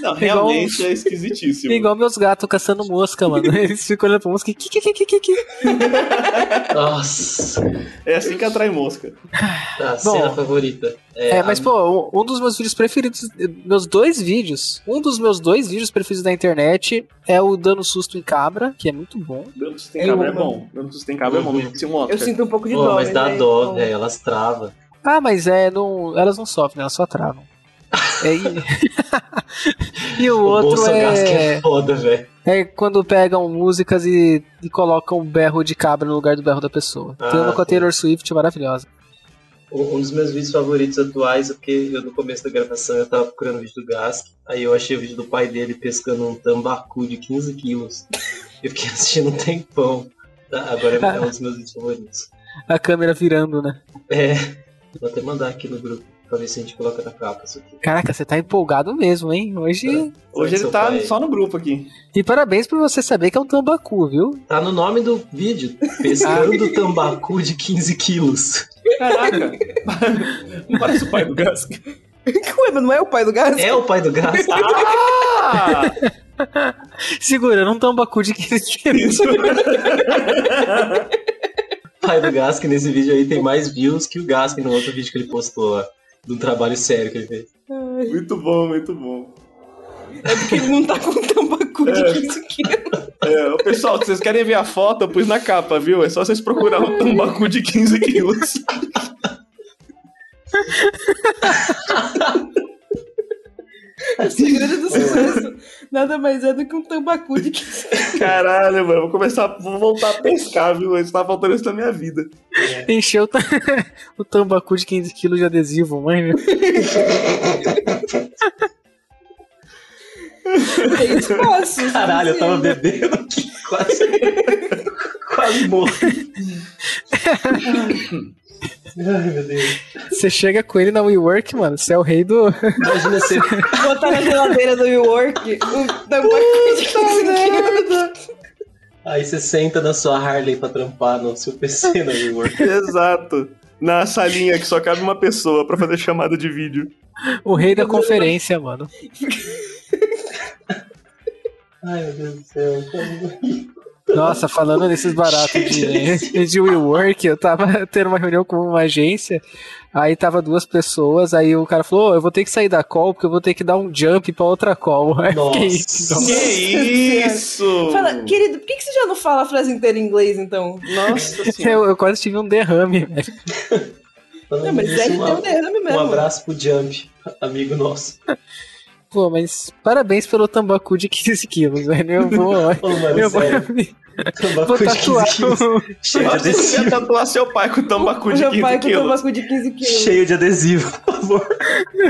B: Não,
A: Igual-
B: realmente é esquisitíssimo.
A: Igual meus gatos caçando mosca, mano. Eles ficam olhando pra mosca e. "Qui, qui, qui, qui, qui, qui".
D: Nossa,
B: É assim que atrai mosca.
D: a cena
A: Bom.
D: favorita.
A: É, mas, pô, um um dos meus vídeos preferidos. Meus dois vídeos. Um dos meus dois vídeos preferidos da internet é o Dando Susto em Cabra, que é muito bom.
B: Dano tem
C: Eu
B: cabra é
C: amo.
B: bom. Dano tem cabra é bom.
D: Uhum.
B: mas tinha um outro.
C: Eu sinto um pouco de
D: Pô,
C: dó.
D: mas dá
C: né?
D: dó,
C: Então,
D: velho. Elas travam.
A: Ah, mas é, não, elas não sofrem, elas só travam. É, e... e o
D: o
A: outro
D: bolso gás que
A: é,
D: é foda, velho.
A: é quando pegam músicas e, e colocam o berro de cabra no lugar do berro da pessoa.
D: Ah,
A: Tem uma com a
D: sim.
A: Taylor Swift maravilhosa.
D: Um um dos meus vídeos favoritos atuais é porque eu, no começo da gravação eu tava procurando o vídeo do Gask, aí eu achei o vídeo do pai dele pescando um tambacu de 15 quilos. Eu fiquei assistindo um tempão. Tá, Agora é um dos meus vídeos favoritos.
A: A câmera virando, né?
D: É, vou até mandar aqui no grupo pra ver se a gente coloca na capa isso aqui.
A: Caraca, você tá empolgado mesmo, hein?
D: É.
A: Hoje.
B: Hoje ele
D: Só que
B: tá
D: seu pai-
B: só no grupo aqui.
A: E parabéns por você saber que é um tambacu, viu?
D: Tá no nome do vídeo,
B: Ah.
D: pescando tambacu de 15 quilos.
B: Caraca. Não parece o pai do Gus.
C: Ué, mas não é o pai do gato?
D: É o pai do Gask?
B: Ah!
A: Segurando um tambacu de 15 quilos.
D: O pai do Gask nesse vídeo aí tem mais views que o Gask no outro vídeo que ele postou lá. De um trabalho sério que ele fez.
B: Muito bom, muito bom.
C: É porque ele não tá com um tambacu de 15 quilos.
B: É, ô, pessoal, se vocês querem ver a foto, eu pus na capa, viu? É só vocês procurar um tambacu de 15 quilos.
C: O segredo do
D: É.
C: sucesso nada mais é do que um tambacu de 15 quilos.
B: Caralho, mano. Vou começar, vou voltar a pescar, viu? Isso tá faltando isso na minha vida.
A: Encheu o, ta- o tambacu de 15 quilos de adesivo, mãe.
C: Tem espaço.
D: Caralho, eu tava
C: suficiente.
D: bebendo aqui, quase. quase morto. Ai, meu Deus.
A: Você chega com ele na WeWork, mano. Você é o rei do.
D: Imagina você.
C: Botar tá na geladeira do New York um tambacu de 15 quilos.
D: Aí você senta na sua Harley pra trampar no seu PC no New York.
B: Exato. na salinha que só cabe uma pessoa pra fazer chamada de vídeo.
A: O rei da conferência, mano.
D: Ai, meu Deus do céu. então, como-
A: Nossa, falando desses baratos de, de WeWork, eu tava tendo uma reunião com uma agência, aí tava duas pessoas, aí o cara falou, "Ô, eu vou ter que sair da call, porque eu vou ter que dar um jump pra outra call. Aí eu
D: Nossa.
A: fiquei, "Nossa."
B: Que isso!
C: Fala, querido, por que, que você já não fala a frase inteira em inglês, então?
B: Nossa senhora.
A: Eu, eu quase tive um derrame, velho.
D: Falando
C: Não, mas
D: nisso,
C: deve ter
D: um
C: um derrame
D: Um
C: mesmo.
D: abraço pro Jump, amigo nosso.
A: Pô, mas parabéns pelo tambacu de 15 quilos, velho. Eu vou,
D: Ô, mano,
A: eu vou,
D: sério.
A: vou tatuar um-
D: Cheio de
B: Nossa, você devia
D: adesivo.
B: tatuar seu pai com tambacu
C: O
B: de
C: meu
B: 15
C: pai com
B: quilos.
C: tabaco de 15 quilos.
D: Cheio de adesivo, por favor.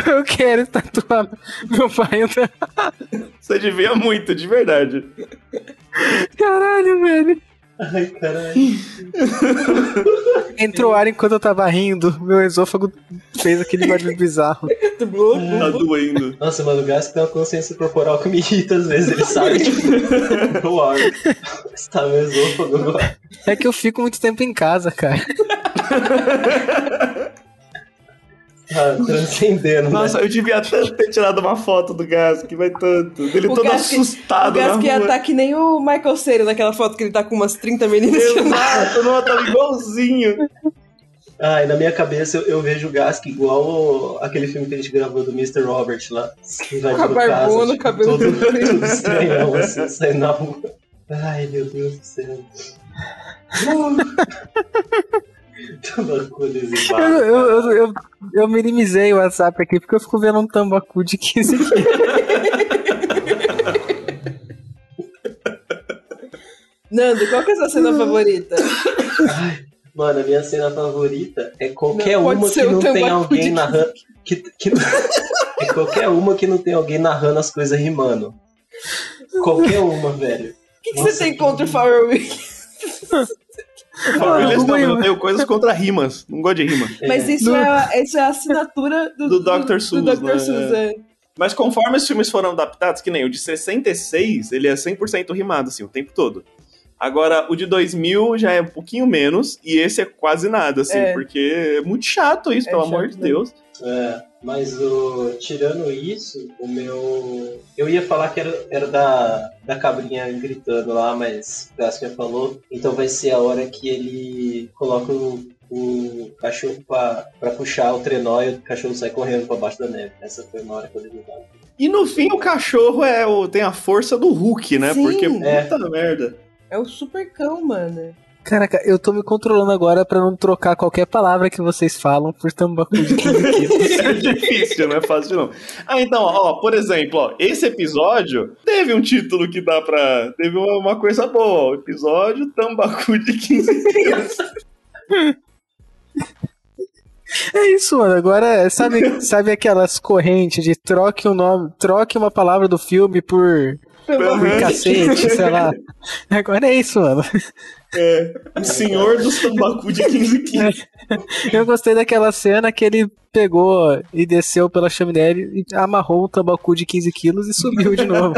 A: Eu quero tatuar meu pai. no-
B: Você devia muito, de verdade.
A: Caralho, velho.
D: Ai, caralho.
A: Entrou ar enquanto eu tava rindo. Meu esôfago fez aquele barulho bizarro.
B: Tá doendo.
D: Nossa, mano, o Gás tem uma consciência corporal que me irrita às vezes. Ele sabe, tipo, no ar. Está no esôfago agora.
A: É que eu fico muito tempo em casa, cara.
D: Ah, transcendendo, né?
B: Nossa, eu devia tanto ter tirado uma foto do Gas, que vai tanto. Ele
C: O
B: todo
C: Gas que-
B: assustado
C: O Gas
B: na
C: que ia
B: rua.
C: tá que nem o Michael Cera naquela foto que ele tá com umas 30 meninas.
B: Exato, não, tava igualzinho.
D: Ah, e na minha cabeça eu, eu vejo o Gask igual o- aquele filme que a gente gravou do Mr. Robert lá.
C: Com a barbona,
D: no
C: cabelo
D: tipo, todo,
C: comprido.
D: tudo estranhão, assim, saindo na rua. Ai, meu Deus do céu. Tabacu
A: Eu,
D: desibado.
A: eu, eu, eu- eu minimizei o WhatsApp aqui porque eu fico vendo um tambacu de 15 quilos.
C: Nando, qual que é a sua cena favorita?
D: Mano, a minha cena favorita é qualquer
C: Não, pode
D: uma que
C: ser o
D: não tem
C: tabacu de
D: alguém narrando. Que, que- é qualquer uma que não tem alguém narrando as coisas rimando. Qualquer uma, velho.
C: O que, que
D: Nossa,
C: você tem
D: que
C: contra o Fire Week?
B: Fabrício, não,
A: ruim,
B: eu
A: mano.
B: tenho coisas contra rimas. Não gosto de rima.
C: Mas
D: É.
C: isso
A: Não.
C: é, a- isso é a assinatura do,
B: Do Dr. Seuss,
C: do Dr.
B: né?
C: Seuss, é.
B: Mas conforme os filmes foram adaptados, que nem o de 66, ele é 100% rimado, assim, o tempo todo. Agora, o de 2000 já é um pouquinho menos, e esse é quase nada, assim,
C: É.
B: porque é muito chato isso,
C: É
B: pelo
C: chato,
B: amor de
C: né?
B: Deus.
D: É, mas o- tirando isso, o meu. Eu ia falar que era, era da, da cabrinha gritando lá, mas o Gasco já falou. Então vai ser a hora que ele coloca o, o cachorro pra, pra puxar o trenó e o cachorro sai correndo pra baixo da neve. Essa foi uma hora que eu levantava.
B: E no fim, o cachorro é o, tem a força do Hulk, né?
C: Sim.
B: Porque,
D: É.
B: puta merda.
C: É o super cão, mano.
A: Caraca, eu tô me controlando agora pra não trocar qualquer palavra que vocês falam por tambacu de 15 quilos.
B: É difícil, não é fácil não. Ah, então, ó, por exemplo, ó, esse episódio teve um título que dá pra... Teve uma, uma coisa boa, ó, episódio Tambacu de 15 quilos.
A: É isso, mano. Agora, sabe, sabe aquelas correntes de troque um nome, troque uma palavra do filme por, por
B: Aham.
A: cacete, sei lá. Agora é isso, mano.
B: O senhor dos Tambacu de 15 quilos.
A: Eu gostei daquela cena que ele pegou e desceu pela chaminé e amarrou um tambacu de 15 quilos e subiu de novo.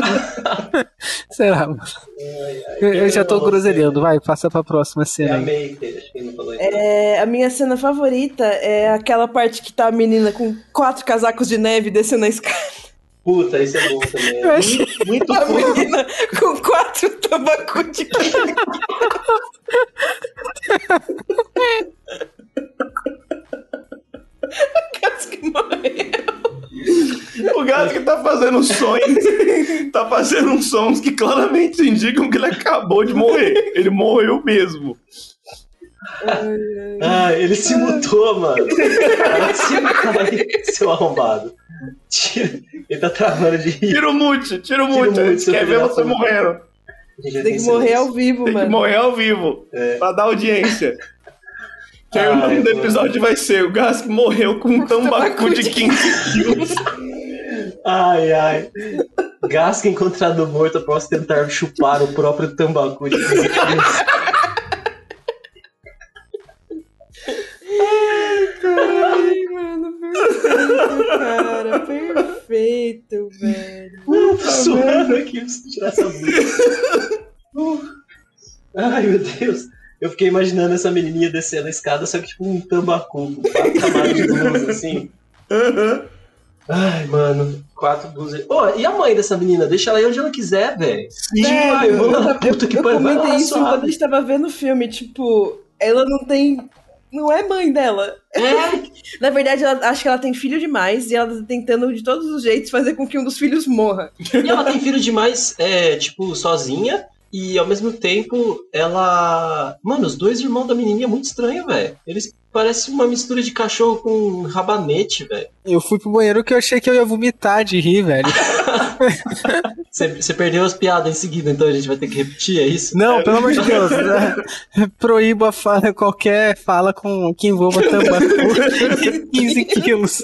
A: Será? mano? Eu, eu já tô groselhando, vai, passa pra próxima
D: Eu
A: cena aí.
D: amei que acho que ele não falou isso.
C: É, a minha cena favorita é aquela parte que tá a menina com quatro casacos de neve descendo a escada.
D: Puta, isso é bom também.
A: Eu achei,
B: Muito
C: A
B: fofo.
C: menina com quatro tabacu de Quase que morreu.
B: O gato que tá fazendo sonhos, tá fazendo uns sons que claramente indicam que ele acabou de morrer. Ele morreu mesmo.
D: Ah, ele se mutou, mano. Ela se cai, seu arrombado. Tira- Ele tá travando de rir.
B: Tira o mute, tira o
D: Tira o
B: mute.
D: mute,
B: Quer ver
D: filho da
B: você
D: puta.
B: morrendo.
D: Ele já
C: Tem que morrer
D: silêncio.
C: ao vivo,
B: Tem que
C: mano.
B: morrer ao vivo,
D: É.
B: pra dar audiência. Que aí o nome
D: Ai,
B: do
D: Ah, mano.
B: episódio vai ser O Gask morreu com um tambacu de 15 quilos.
D: Ai, ai. Gasca encontrado morto após tentar chupar o próprio tambacu de 15 quilos.
C: Ai, mano, perfeito, cara. Perfeito, velho.
D: Uh, tô suando aqui, preciso tirar essa blusa. Uh. Ai, meu Deus. Eu fiquei fiquei imaginando essa menininha descendo a escada, só que tipo um tambacu, com quatro camadas de blusa, assim. Ai, mano, quatro blusas. Ô, e a mãe dessa menina? Deixa ela aí onde ela quiser, velho.
C: Velho,
D: Ai,
C: eu,
D: mano, é puta que
C: eu
D: pariu. Vai
C: comentei
D: lá,
C: isso
D: suave.
C: enquanto a gente tava vendo o filme, tipo, ela não tem. Não é mãe dela.
D: É,
C: Na verdade, ela acho que ela tem filho demais e ela tá tentando de todos os jeitos fazer com que um dos filhos morra.
D: E ela tem filho demais, é, tipo, sozinha. E ao mesmo tempo, ela. Mano, os dois irmãos da menininha é muito estranho, velho. Eles parecem uma mistura de cachorro com rabanete, velho.
A: Eu fui pro banheiro que eu achei que eu ia vomitar de rir, velho.
D: Você você perdeu as piadas em seguida, então a gente vai ter que repetir, é isso?
A: Não, pelo amor de Deus. né? Proíbo a fala, qualquer fala com, que envolva tambacu e 15 quilos.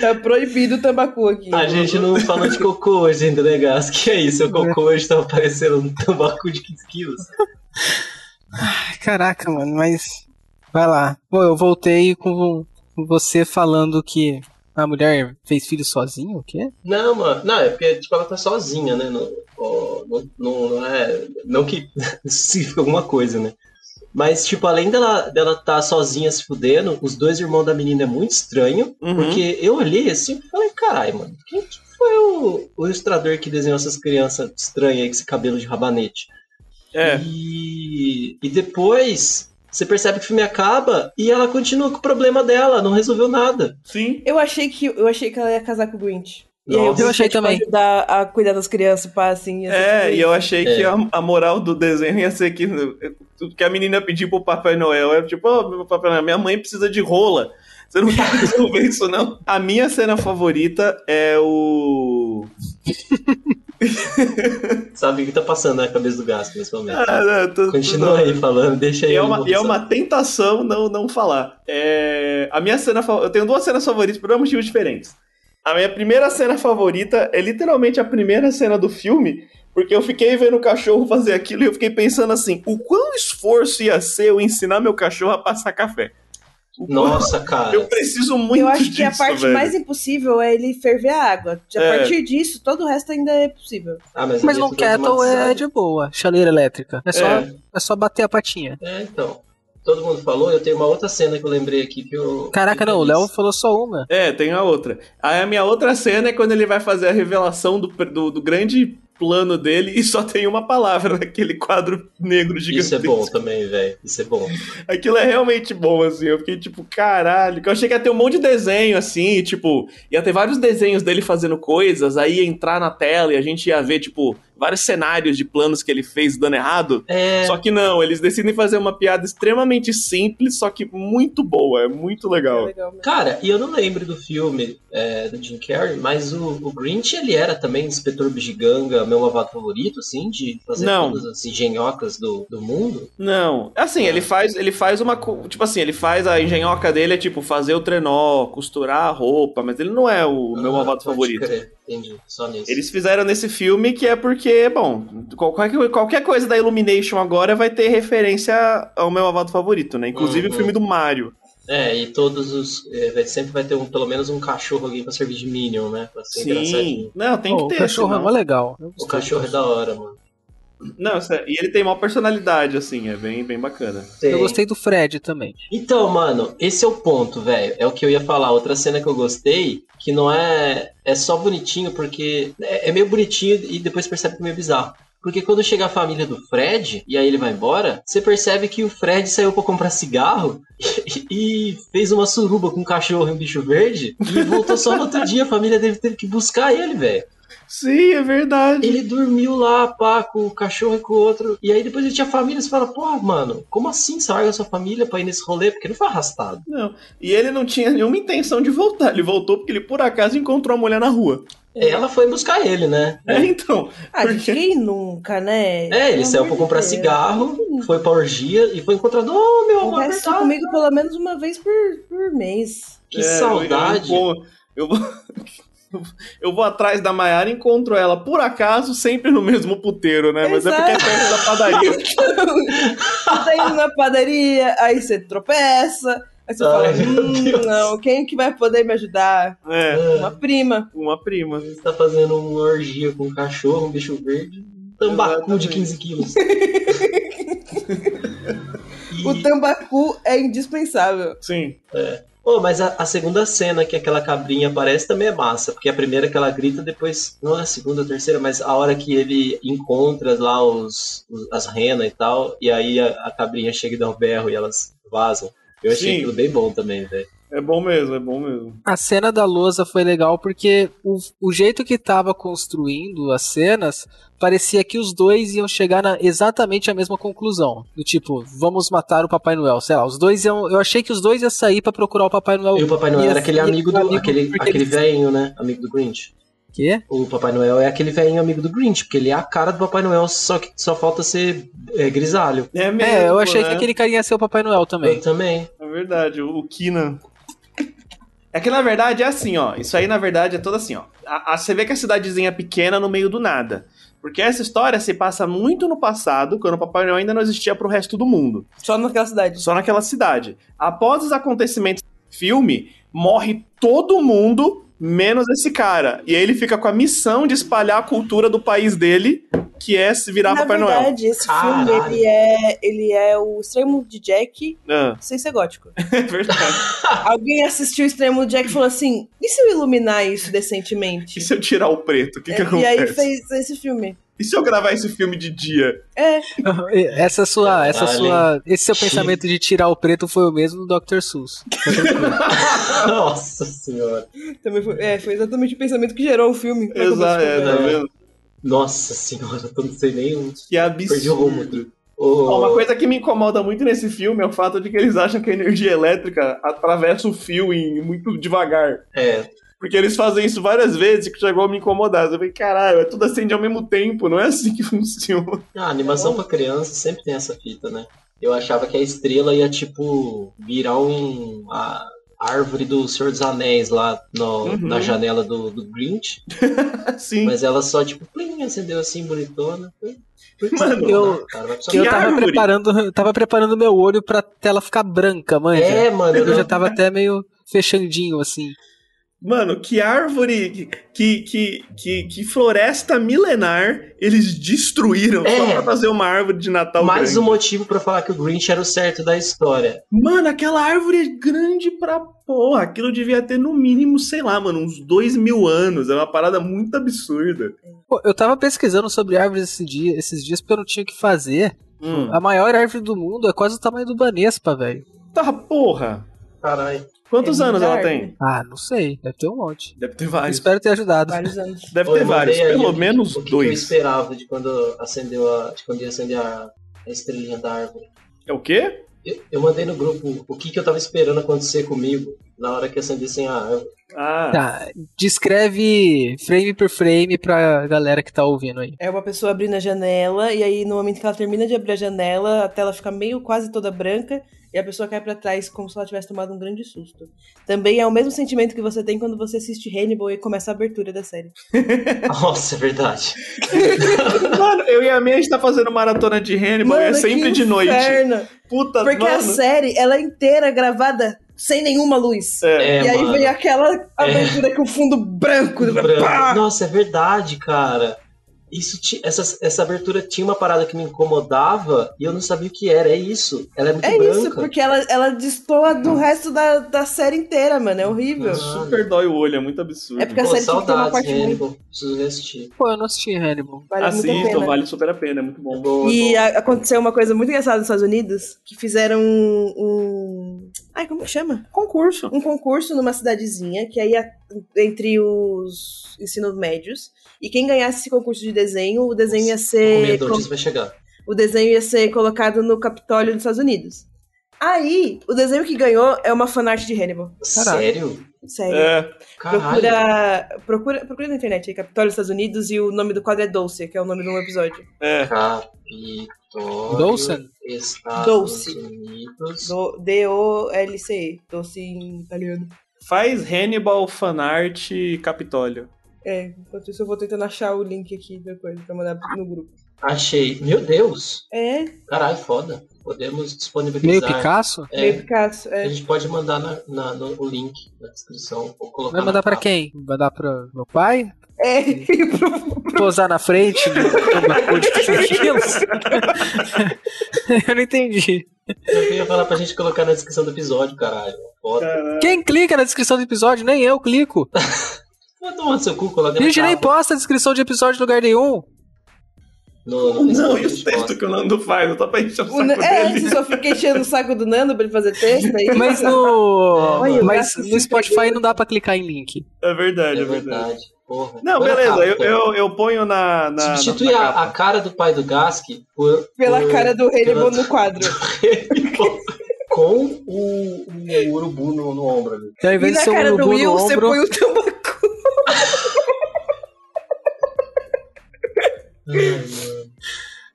C: Tá proibido o tambacu aqui.
D: A gente não falou de cocô hoje ainda, né, Gas? Que é isso? O cocô hoje tava parecendo um tambacu de 15 quilos.
A: Caraca, mano, mas. Vai lá. Pô, eu voltei com com você falando que a mulher fez filho sozinha, o quê?
D: Não, mano. Não, é porque, tipo, ela tá sozinha, né? Não, ó, não, não, não é. Não que isso signifique alguma coisa, né? Mas, tipo, além dela, dela tá sozinha se fudendo, os dois irmãos da menina é muito estranho.
B: Uhum.
D: Porque eu olhei assim e falei, caralho, mano, quem que foi o, o ilustrador que desenhou essas crianças estranhas aí com esse cabelo de rabanete?
B: É.
D: E, e depois você percebe que o filme acaba e ela continua com o problema dela, não resolveu nada.
B: Sim.
C: Eu achei que eu achei que ela ia casar com o Grinch. E aí
D: Nossa.
A: Eu achei
C: Grinch, tipo,
A: também.
C: ajudar a cuidar das crianças, pá, assim. essas
B: É,
C: coisas.
B: e eu achei
D: É.
B: que a, a moral do desenho ia ser que tudo que a menina pediu pro Papai Noel era tipo, ô, meu Papai Noel, minha mãe precisa de rola. Você não quer resolver isso, não? A minha cena favorita é o.
D: Sabe o que tá passando na cabeça do Gasto nesse momento.
B: Ah, não, tô-
D: Continua aí falando, deixa aí.
B: E é
D: eu
B: uma, e é
D: conversar.
B: uma tentação não, não falar. É, a minha cena fa- Eu tenho duas cenas favoritas por dois motivos diferentes. A minha primeira cena favorita é literalmente a primeira cena do filme, porque eu fiquei vendo o cachorro fazer aquilo e eu fiquei pensando assim: o quão esforço ia ser eu ensinar meu cachorro a passar café? O quão-
D: Nossa, cara.
B: Eu preciso muito
C: Eu acho que é a
B: disso,
C: parte
B: velho.
C: mais impossível é ele ferver a água. A
B: É.
C: partir disso, todo o resto ainda é possível.
D: Ah, mas
A: Mas
D: ali é
A: não
D: tudo
A: Kettle é
D: automatizado.
A: de boa, chaleira elétrica. É só,
B: É.
A: é. só bater a patinha.
D: É, então. Todo mundo falou, eu tenho uma outra cena que eu lembrei aqui que eu.
A: Caraca,
D: que eu
A: não, o
D: fiz.
A: Léo falou só uma.
B: É, tem a outra. Aí a minha outra cena é quando ele vai fazer a revelação do, do, do grande plano dele e só tem uma palavra naquele quadro negro
D: Isso
B: gigantesco.
D: é bom também, velho. Isso é bom.
B: Aquilo é realmente bom, assim. Eu fiquei tipo, caralho. que Eu achei que ia ter um monte de desenho, assim, e, tipo, ia ter vários desenhos dele fazendo coisas, aí ia entrar na tela e a gente ia ver, tipo, vários cenários de planos que ele fez dando errado.
D: É.
B: Só que não, eles decidem fazer uma piada extremamente simples, só que muito boa. É muito
C: É
B: legal.
C: legal mesmo.
D: Cara, e eu não lembro do filme é, do Jim Carrey, mas o, o Grinch ele era também inspetor bugiganga, meu lavado favorito, assim, de fazer
B: Não.
D: todas as engenhocas do, do mundo.
B: Não. Assim, ele faz, ele faz uma. co- Tipo assim, ele faz a engenhoca dele, é tipo, fazer o trenó, costurar a roupa, mas ele não é o meu
D: Ah,
B: malvado
D: pode
B: favorito.
D: crer. Entendi, só nisso.
B: Eles fizeram nesse filme que é porque, bom, qualquer, qualquer coisa da Illumination agora vai ter referência ao meu avado favorito, né? Inclusive
D: Uhum.
B: o filme do Mario.
D: É, e todos os. é, vai- sempre vai ter um, pelo menos um cachorro ali pra servir de Minion, né? Pra ser engraçadinho.
B: Sim. Não, tem
A: Pô,
B: que ter.
A: o cachorro é
B: senão-
A: mó legal.
D: O cachorro é da hora, mano.
B: Não, isso é- e ele tem maior personalidade, assim, é bem, bem bacana.
D: Tem.
A: Eu gostei do Fred também.
D: Então, mano, esse é o ponto, velho. É o que eu ia falar. Outra cena que eu gostei, que não é. É só bonitinho, porque. É, é meio bonitinho e depois percebe que é meio bizarro. Porque quando chega a família do Fred, e aí ele vai embora, você percebe que o Fred saiu pra comprar cigarro e, e fez uma suruba com um cachorro e um bicho verde e voltou só no outro dia. A família dele teve que buscar ele, velho.
B: Sim, é verdade.
D: Ele dormiu lá, pá, com o cachorro e com o outro. E aí depois ele tinha família, você fala, porra, mano, como assim você larga sua família pra ir nesse rolê? Porque não foi arrastado.
B: Não. E ele não tinha nenhuma intenção de voltar. Ele voltou porque ele, por acaso, encontrou a mulher na rua.
C: É.
D: Ela foi buscar ele, né?
B: É, então.
C: Ah, gente,
B: Porque-
C: quem nunca, né?
D: É, ele
C: Pelo
D: saiu
C: amor
D: pra
C: de
D: comprar
C: Deus.
D: cigarro,
C: Sim.
D: foi pra orgia e foi encontrado. Oh, meu amor,
C: Conversa
D: verdade,
C: comigo pelo menos uma vez por, por mês.
D: que
B: É,
D: saudade.
B: Eu, eu, vou- eu vou, eu vou atrás da Maiara e encontro ela, por acaso, sempre no mesmo puteiro, né? Mas é porque é perto da padaria.
C: Você tá indo na padaria, aí você tropeça, aí você
D: Ai,
C: fala,
D: meu
C: hum,
D: Deus."
C: não, quem que vai poder me ajudar?
B: É,
C: Uma prima.
B: uma prima.
D: Você tá fazendo uma orgia com um cachorro, um bicho verde. Tambacu de 15 quilos.
C: O tambacu é indispensável.
B: Sim.
D: Pô, mas a, a segunda cena que aquela cabrinha aparece também é massa, porque a primeira que ela grita, depois. Não é a segunda, a terceira, mas a hora que ele encontra lá os, os- as renas e tal, e aí a, a cabrinha chega e dá um berro e elas vazam. Eu achei
B: Sim.
D: aquilo bem bom também, velho.
B: É bom mesmo, é bom mesmo.
A: A cena da lousa foi legal porque o, o jeito que tava construindo as cenas parecia que os dois iam chegar na exatamente a mesma conclusão. Do tipo, vamos matar o Papai Noel, sei lá, os dois iam. Eu achei que os dois iam sair pra procurar o Papai Noel.
D: E o Papai Noel
A: Ia
D: era aquele
A: ser
D: amigo do.
A: amigo
D: aquele
A: porque
D: aquele
A: eles-
D: velhinho, né? Amigo do Grinch.
A: Quê?
D: O Papai Noel é aquele velhinho amigo do Grinch, porque ele é a cara do Papai Noel, só que só falta ser é, grisalho.
B: É mesmo.
A: É, eu achei que
B: né?
A: aquele carinha ia ser o Papai Noel
D: Eu
A: também.
D: também.
B: É verdade, o o Kina. É que na verdade é assim, ó. Isso aí na verdade é todo assim, ó. A, a- você vê que a cidadezinha é pequena no meio do nada. Porque essa história se passa muito no passado, quando o Papai Noel ainda não existia pro resto do mundo.
C: Só naquela cidade.
B: Só naquela cidade. Após os acontecimentos do filme, morre todo mundo, menos esse cara. E aí ele fica com a missão de espalhar a cultura do país dele, que é se virar
C: Na
B: Papai Noel.
C: verdade, esse filme
D: Caralho.
C: ele é, ele é o extremo de Jack
B: Ah,
C: sem ser gótico.
B: é verdade.
C: Alguém assistiu o extremo de Jack e falou assim: e se eu iluminar isso decentemente?
B: E se eu tirar o preto, o que, que
C: É, e aí
B: acontece?
C: fez esse filme.
B: E se eu gravar esse filme de dia?
C: É,
A: Essa sua, essa
D: Caralho,
A: sua, esse seu
D: Sim.
A: pensamento de tirar o preto foi o mesmo do Dr. Seuss.
D: Nossa senhora.
C: também foi, é, foi exatamente o pensamento que gerou o filme. né, Foi como
B: Exato,
C: esse
B: é,
C: filme
B: tá
C: era.
B: vendo?
D: Nossa senhora, eu não sei nem. um o-
B: Que
D: Perdi o rumo.
B: absurdo. Ó, Uma
D: o-
B: coisa que me incomoda muito nesse filme é o fato de que eles acham que a energia elétrica atravessa o fio em muito devagar.
D: É,
B: Porque eles fazem isso várias vezes que chegou a me incomodar. Eu falei, caralho, é tudo acende ao mesmo tempo, não é assim que funciona.
D: a animação pra criança sempre tem essa fita, né? Eu achava que a estrela ia, tipo, virar um. A árvore do Senhor dos Anéis lá no-
B: Uhum.
D: na janela do, do Grinch.
B: Assim.
D: Mas ela só, tipo, plim, acendeu assim, bonitona. Por que
B: Mano,
D: você-
A: eu-
D: né, Cara, vai precisar- um
A: Eu
B: Que
A: tava
B: árvore?
A: preparando, eu tava preparando meu olho pra tela ficar branca, manja.
D: É, mano, eu
A: Eu já
D: não-
A: tava até meio fechandinho assim.
B: Mano, que árvore, que, que, que, que floresta milenar eles destruíram só
D: É.
B: pra fazer uma árvore de Natal
D: mais
B: grande.
D: um motivo pra falar que o Grinch era o certo da história.
B: Mano, aquela árvore é grande pra porra. Aquilo devia ter no mínimo, sei lá, mano, uns dois mil anos. É uma parada muito absurda.
A: Pô, eu tava pesquisando sobre árvores esse dia- esses dias porque eu não tinha o que fazer.
B: Hum.
A: A maior árvore do mundo é quase o tamanho do Banespa, velho.
B: Tá, porra.
D: Caralho.
B: Quantos
C: É
B: anos
C: muita
B: ela
C: árvore.
B: tem?
A: Ah, não sei. Deve ter um monte.
B: Deve ter vários.
A: Espero ter ajudado.
C: Vários anos.
B: Deve
D: Pô,
B: ter
D: eu mandei
B: vários.
D: aí
B: Pelo
D: o que-
B: menos
D: o que Eu
B: dois.
D: esperava de quando acendeu a. De quando ia acender a, a estrelinha da árvore.
B: É o quê?
D: Eu, eu mandei no grupo o que, que eu tava esperando acontecer comigo na hora que acendessem a árvore.
B: Ah,
A: Tá, descreve frame por frame pra galera que tá ouvindo aí.
C: É uma pessoa abrindo a janela, e aí no momento que ela termina de abrir a janela, a tela fica meio quase toda branca, e a pessoa cai pra trás como se ela tivesse tomado um grande susto. Também é o mesmo sentimento que você tem quando você assiste Hannibal e começa a abertura da série.
D: Nossa, é verdade.
B: mano, eu e a minha a gente tá fazendo maratona de Hannibal e é sempre
C: que
B: de noite.
C: inferno!
B: Puta,
C: Porque
B: mano.
C: a série, ela é inteira gravada sem nenhuma luz.
B: É.
D: É,
C: e aí
D: mano.
C: vem aquela abertura com o fundo branco.
D: Branco.
C: Pá!
D: Nossa, é verdade, cara. Isso ti- essa, essa abertura tinha uma parada que me incomodava e eu não sabia o que era. É isso. Ela é muito
C: É
D: branca.
C: isso, porque ela, ela destoa do resto da, da série inteira, mano. É horrível.
D: Nossa.
B: Super dói o olho, é muito absurdo.
C: É porque a
D: Pô,
C: série tem que ter uma
D: saudades,
C: parte muito.
D: Hannibal. Preciso assistir.
A: Pô, eu não assisti Hannibal.
C: Vale muito a
B: Assistam,
C: pena.
B: vale super a pena, é muito bom.
D: É boa,
C: E
D: boa.
C: a- aconteceu uma coisa muito engraçada nos Estados Unidos, que fizeram um, um- Ai, como que chama?
B: Concurso.
C: Um concurso numa cidadezinha, que aí a- entre os ensinos médios. E quem ganhasse esse concurso de desenho, o desenho ia
D: Com
C: ser.
D: medo, o vai chegar.
C: o desenho ia ser colocado no Capitólio dos Estados Unidos. Aí, o desenho que ganhou é uma fanart de Hannibal.
A: Caralho.
D: Sério?
C: Sério.
B: É.
D: Caralho.
C: Procura, procura, procura na internet aí, Capitólio dos Estados Unidos, e o nome do quadro é Dulce, que é o nome de um episódio.
B: É,
D: Capitólio.
A: Dawson?
D: Estados
C: Dulce.
D: Unidos.
C: Do- D-O-L-C-E, Dulce em italiano.
B: Faz Hannibal, fanart e Capitólio.
C: É, enquanto isso eu vou tentando achar o link aqui depois pra mandar no grupo.
D: Achei. Meu Deus.
C: É,
D: Caralho, foda. Podemos
A: Meio
D: disponibilizar.
A: Picasso?
D: É,
C: meio Picasso.
D: a
C: É.
D: gente pode mandar na, na- no, o link na descrição. Ou colocar
A: Vai mandar
D: na
A: pra
D: capa.
A: quem? Mandar pra meu pai?
C: É, veio pro-
A: Posar na frente do do barco de 15 quilos? Eu não entendi.
D: Eu queria falar pra gente colocar na descrição do episódio, caralho. Foda.
A: Quem clica na descrição do episódio? Nem eu clico.
D: Vai tomar no seu cu, coloca
A: A
D: na
A: gente nem
D: capa.
A: posta a descrição de episódio em lugar nenhum.
D: No, no
B: Não, é
D: Facebook,
B: e
D: a
B: o
D: gente
B: texto
D: posta.
B: que o Nando faz? Eu tô pra encher o
C: o
B: saco
C: Na- É,
B: dele.
C: antes eu só fiquei enchendo o saco do Nando pra ele fazer texto. é Aí
A: Mas no.
C: Olha,
A: Mas
C: graças
A: no Spotify não dá pra clicar em link.
B: É
D: É
B: verdade, é verdade.
D: verdade. Porra.
B: Não,
D: Põe na
B: beleza,
D: capa,
B: eu,
D: põe.
B: eu, eu ponho na. na
D: Substitui
B: na
D: a,
B: capa.
D: a cara do pai do Gask por.
C: pela
D: por-
C: cara do Hannibal
D: pela-
C: no quadro.
D: Com o, o urubu no, no ombro ali.
A: E ao
C: E
A: invés de
C: na
A: ser um
C: cara do
A: urubu
C: Will,
A: no
C: você
A: ombro,
C: põe o tabaco.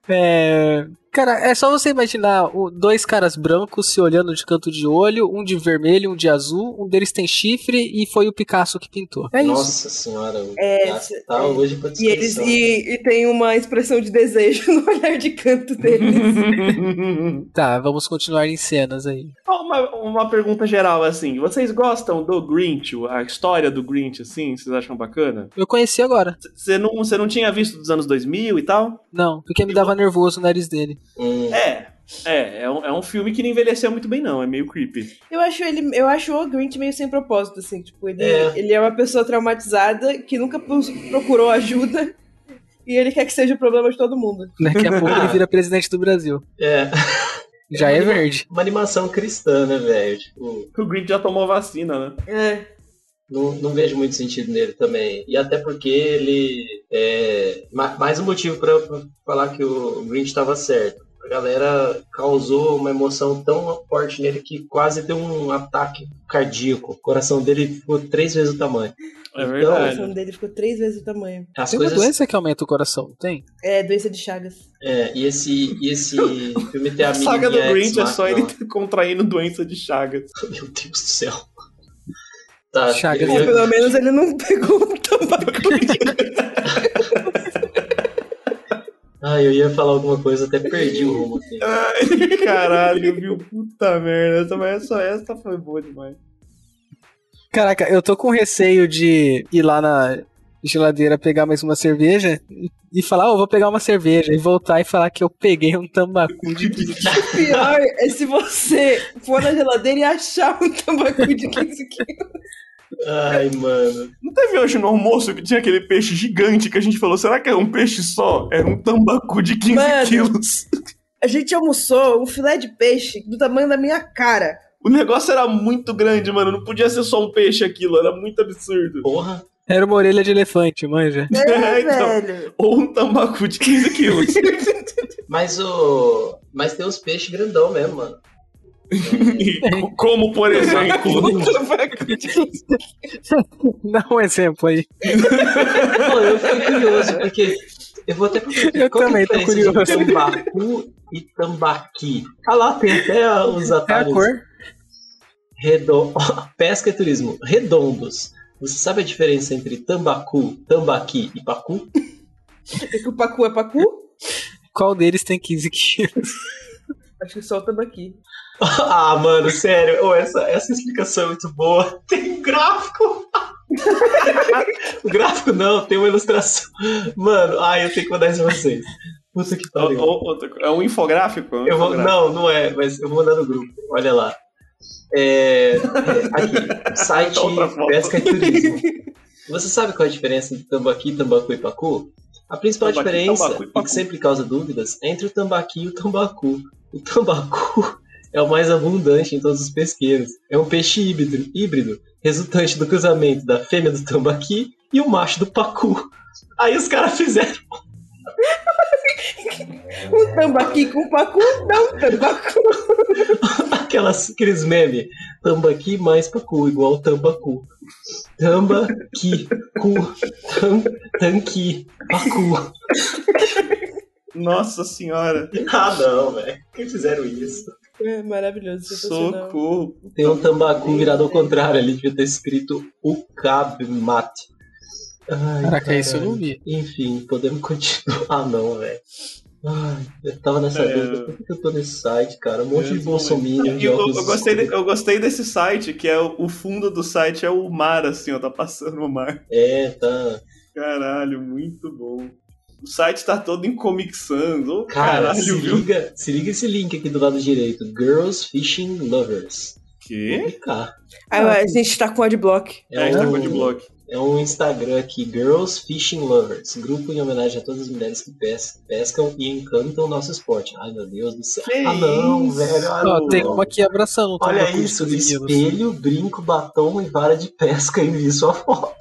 A: É... Cara, é só você imaginar o- dois caras brancos se olhando de canto de olho, um de vermelho, um de azul, um deles tem chifre e foi o Picasso que pintou. É isso.
D: Nossa senhora, o
C: É,
D: Gask
C: se-
D: tá
C: é.
D: hoje pra
C: E, eles,
D: descrição.
C: e, e tem uma expressão de desejo no olhar de canto deles.
A: Tá, vamos continuar em cenas aí.
B: Ó, uma, uma pergunta geral, assim. Vocês gostam do Grinch, a história do Grinch, assim? Vocês acham bacana?
A: Eu conheci agora.
B: Você não, você não tinha visto dos anos 2000 e tal?
A: Não, porque me dava nervoso o nariz dele.
D: Hum,
B: É. É, é um, é um filme que não envelheceu muito bem, não. É meio creepy.
C: Eu acho ele, eu acho o Grinch meio sem propósito, assim, tipo, ele
D: É.
C: é, ele é uma pessoa traumatizada que nunca pus- procurou ajuda e ele quer que seja o problema de todo mundo.
A: Daqui a pouco ele vira presidente do Brasil.
D: é.
A: Já é verde.
D: Uma animação cristã, né, velho? Tipo,
B: O Grinch já tomou vacina, né?
C: É.
D: não, não vejo muito sentido nele também. E até porque ele. É, ma- mais um motivo pra eu falar que o Grinch tava certo. A galera causou uma emoção tão forte nele que quase deu um ataque cardíaco. O coração dele ficou três vezes o tamanho.
B: É
C: O
B: verdade.
C: coração dele ficou três vezes o tamanho.
D: As
A: Tem uma
D: coisas.
A: doença que aumenta o coração, não tem?
C: É, doença de Chagas.
D: É, e esse, e esse filme tem a
B: A saga do
D: menininha
B: Grinch é
D: Ex
B: só
D: Machina.
B: ele ter contraindo doença de Chagas.
D: Meu Deus do céu. Tá,
A: Chagas.
D: eu-
C: Mas pelo menos ele é- não pegou um tabaco.
D: Ah, eu ia falar alguma coisa, até perdi o rumo assim. aqui.
B: Caralho, viu? Puta merda. Essa, mas essa, essa foi boa demais.
A: Caraca, eu tô com receio de ir lá na geladeira pegar mais uma cerveja e- e falar, ô, vou pegar uma cerveja, e voltar e falar que eu peguei um tambacu de
C: O pior é se você for na geladeira e achar um tabaco de 15 quilos.
D: Ai, mano.
B: Não teve hoje no almoço que tinha aquele peixe gigante que a gente falou, será que era um peixe só? Era um tambacu de 15
C: Mano.
B: quilos.
C: A gente almoçou um filé de peixe do tamanho da minha cara.
B: O negócio era muito grande, mano. Não podia ser só um peixe aquilo, era muito absurdo.
D: Porra.
A: Era uma orelha de elefante, manja.
C: É,
B: É, então.
C: velho.
B: Ou um tambacu de 15 quilos.
D: Mas o. Mas tem uns peixes grandão mesmo, mano.
B: E co- Como, por exemplo.
A: Dá um exemplo aí.
D: Pô, eu fiquei curioso, porque. Eu vou até procurar.
A: Eu
D: Qual que é a
A: também tô
D: diferença de
A: curioso.
D: Tambacu e tambaqui. Ah lá, tem até os
A: É a
D: atalhos.
A: cor.
D: Redon... Pesca e turismo. Redondos. Você sabe a diferença entre tambacu, tambaqui e pacu?
C: É que o pacu é pacu?
A: Qual deles tem 15 quilos?
C: Acho que só o tambaqui.
D: Ah, mano, sério. Ô, essa, essa explicação é muito boa. Tem um gráfico. o gráfico não, tem uma ilustração. Mano, ai, eu tenho que mandar isso pra vocês. Puta que
B: Ou-
D: pariu.
B: ou- outra co- é um infográfico? É um
D: Eu vou,
B: infográfico.
D: não, não é, mas eu vou mandar no grupo. Olha lá. É, é, aqui, site
B: Dá outra foto.
D: Pesca e Turismo. Você sabe qual é a diferença entre tambaqui, tambacu e pacu? A principal
B: Tambaqui,
D: diferença,
B: tambacu e
D: e
B: pacu.
D: que sempre causa dúvidas, é entre o tambaqui e o tambacu. O tambacu é o mais abundante em todos os pesqueiros. É um peixe híbrido, híbrido resultante do cruzamento da fêmea do tambaqui e o macho do pacu. Aí os caras fizeram
C: Um tambaqui com um pacu dá um tambacu.
D: Aquelas, aqueles memes. Tambaqui mais pacu, igual tambacu. Tambaqui, cu, tam, tanqui, pacu.
B: Nossa senhora.
D: Ah, não, velho. Por que fizeram isso?
C: É maravilhoso, sensacional.
B: Socorro.
D: Tem um tambacu virado ao contrário ali, devia ter escrito o mate. Ai,
A: Caraca,
D: caralho.
A: é isso eu não vi.
D: Enfim, podemos continuar. Ah, não, velho. Ai, eu tava nessa
B: É.
D: dúvida. Por que que eu tô nesse site, cara? Um monte de
B: Deus,
D: bolsominion.
B: Eu,
D: de
B: eu- eu
D: óculos
B: gostei de-
D: escuros.
B: eu gostei desse site, que é o, o fundo do site é o mar, assim, ó, tá passando o mar.
D: É, tá.
B: Caralho, muito bom. O site tá todo em Comic Sans. Ô,
D: Cara,
B: caralho,
D: se,
B: viu?
D: liga, se liga esse link aqui do lado direito. Girls Fishing Lovers.
B: Que?
D: Vou clicar.
C: Ah, a gente tá com adblock.
B: É, a gente tá com
D: um-
B: adblock.
D: é um Instagram aqui, Girls Fishing Lovers. Grupo em homenagem a todas as mulheres que pes- pescam e encantam o nosso esporte. Ai, meu Deus do céu.
B: Que
D: ah, não,
B: isso?
D: velho. ah,
A: Ó,
D: não.
A: tem uma aqui abraçando. tá?
D: Olha
A: Uma
D: isso,
A: curtindo,
D: espelho, brinco, batom e vara de pesca e vi sua foto.